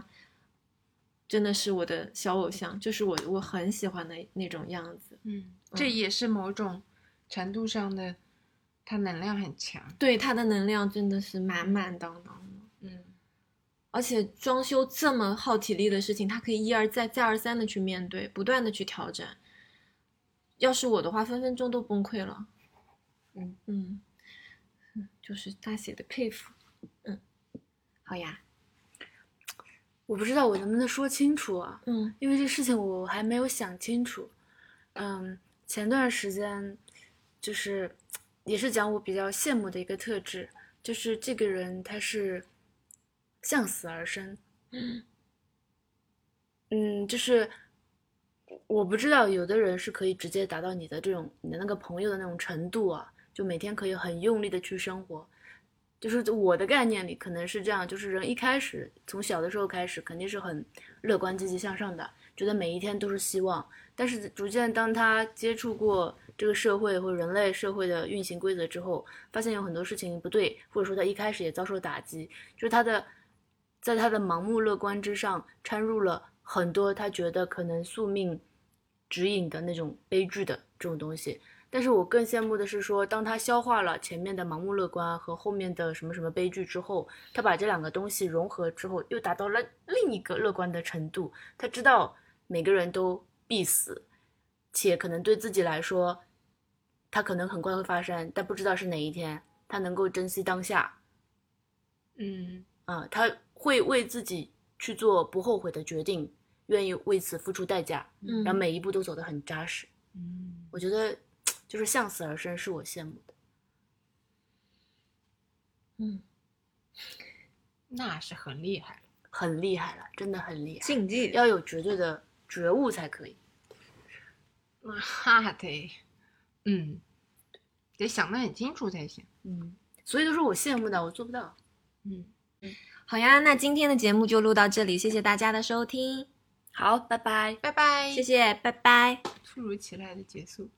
S1: 真的是我的小偶像，就是我我很喜欢的那种样子。
S2: 嗯，这也是某种程度上的，他能量很强。
S1: 对他的能量真的是满满当当的，
S2: 嗯，
S1: 而且装修这么耗体力的事情，他可以一而再、再而三的去面对，不断的去调整。要是我的话，分分钟都崩溃了。
S2: 嗯
S1: 嗯，嗯就是大写的佩服。嗯，好呀。
S3: 我不知道我能不能说清楚啊，
S1: 嗯
S3: 因为这事情我还没有想清楚。嗯，前段时间就是也是讲我比较羡慕的一个特质，就是这个人他是向死而生。
S1: 嗯
S3: 嗯，就是我不知道有的人是可以直接达到你的这种你的那个朋友的那种程度啊，就每天可以很用力的去生活。就是我的概念里可能是这样，就是人一开始从小的时候开始肯定是很乐观积极向上的，觉得每一天都是希望。但是逐渐当他接触过这个社会或人类社会的运行规则之后，发现有很多事情不对，或者说他一开始也遭受打击，就是他的，在他的盲目乐观之上掺入了很多他觉得可能宿命指引的那种悲剧的这种东西，但是我更羡慕的是说，当他消化了前面的盲目乐观和后面的什么什么悲剧之后，他把这两个东西融合之后，又达到了另一个乐观的程度。他知道每个人都必死，且可能对自己来说，他可能很快会发生，但不知道是哪一天。他能够珍惜当下，
S1: 嗯，
S3: 啊、他会为自己去做不后悔的决定，愿意为此付出代价，
S1: 嗯
S3: 然后每一步都走得很扎实。
S2: 嗯，
S3: 我觉得就是向死而生是我羡慕的。
S1: 嗯，
S2: 那是很厉害。
S3: 很厉害了，真的很厉害，
S1: 竞技
S3: 要有绝对的觉悟才可以。
S2: 那 哈得，嗯，得想得很清楚才行。
S3: 嗯，所以都是我羡慕的，我做不到。
S2: 嗯，
S1: 好呀，那今天的节目就录到这里，谢谢大家的收听，
S3: 好，拜拜。
S2: 拜拜。
S1: 谢谢，拜拜。
S2: 突如其来的结束。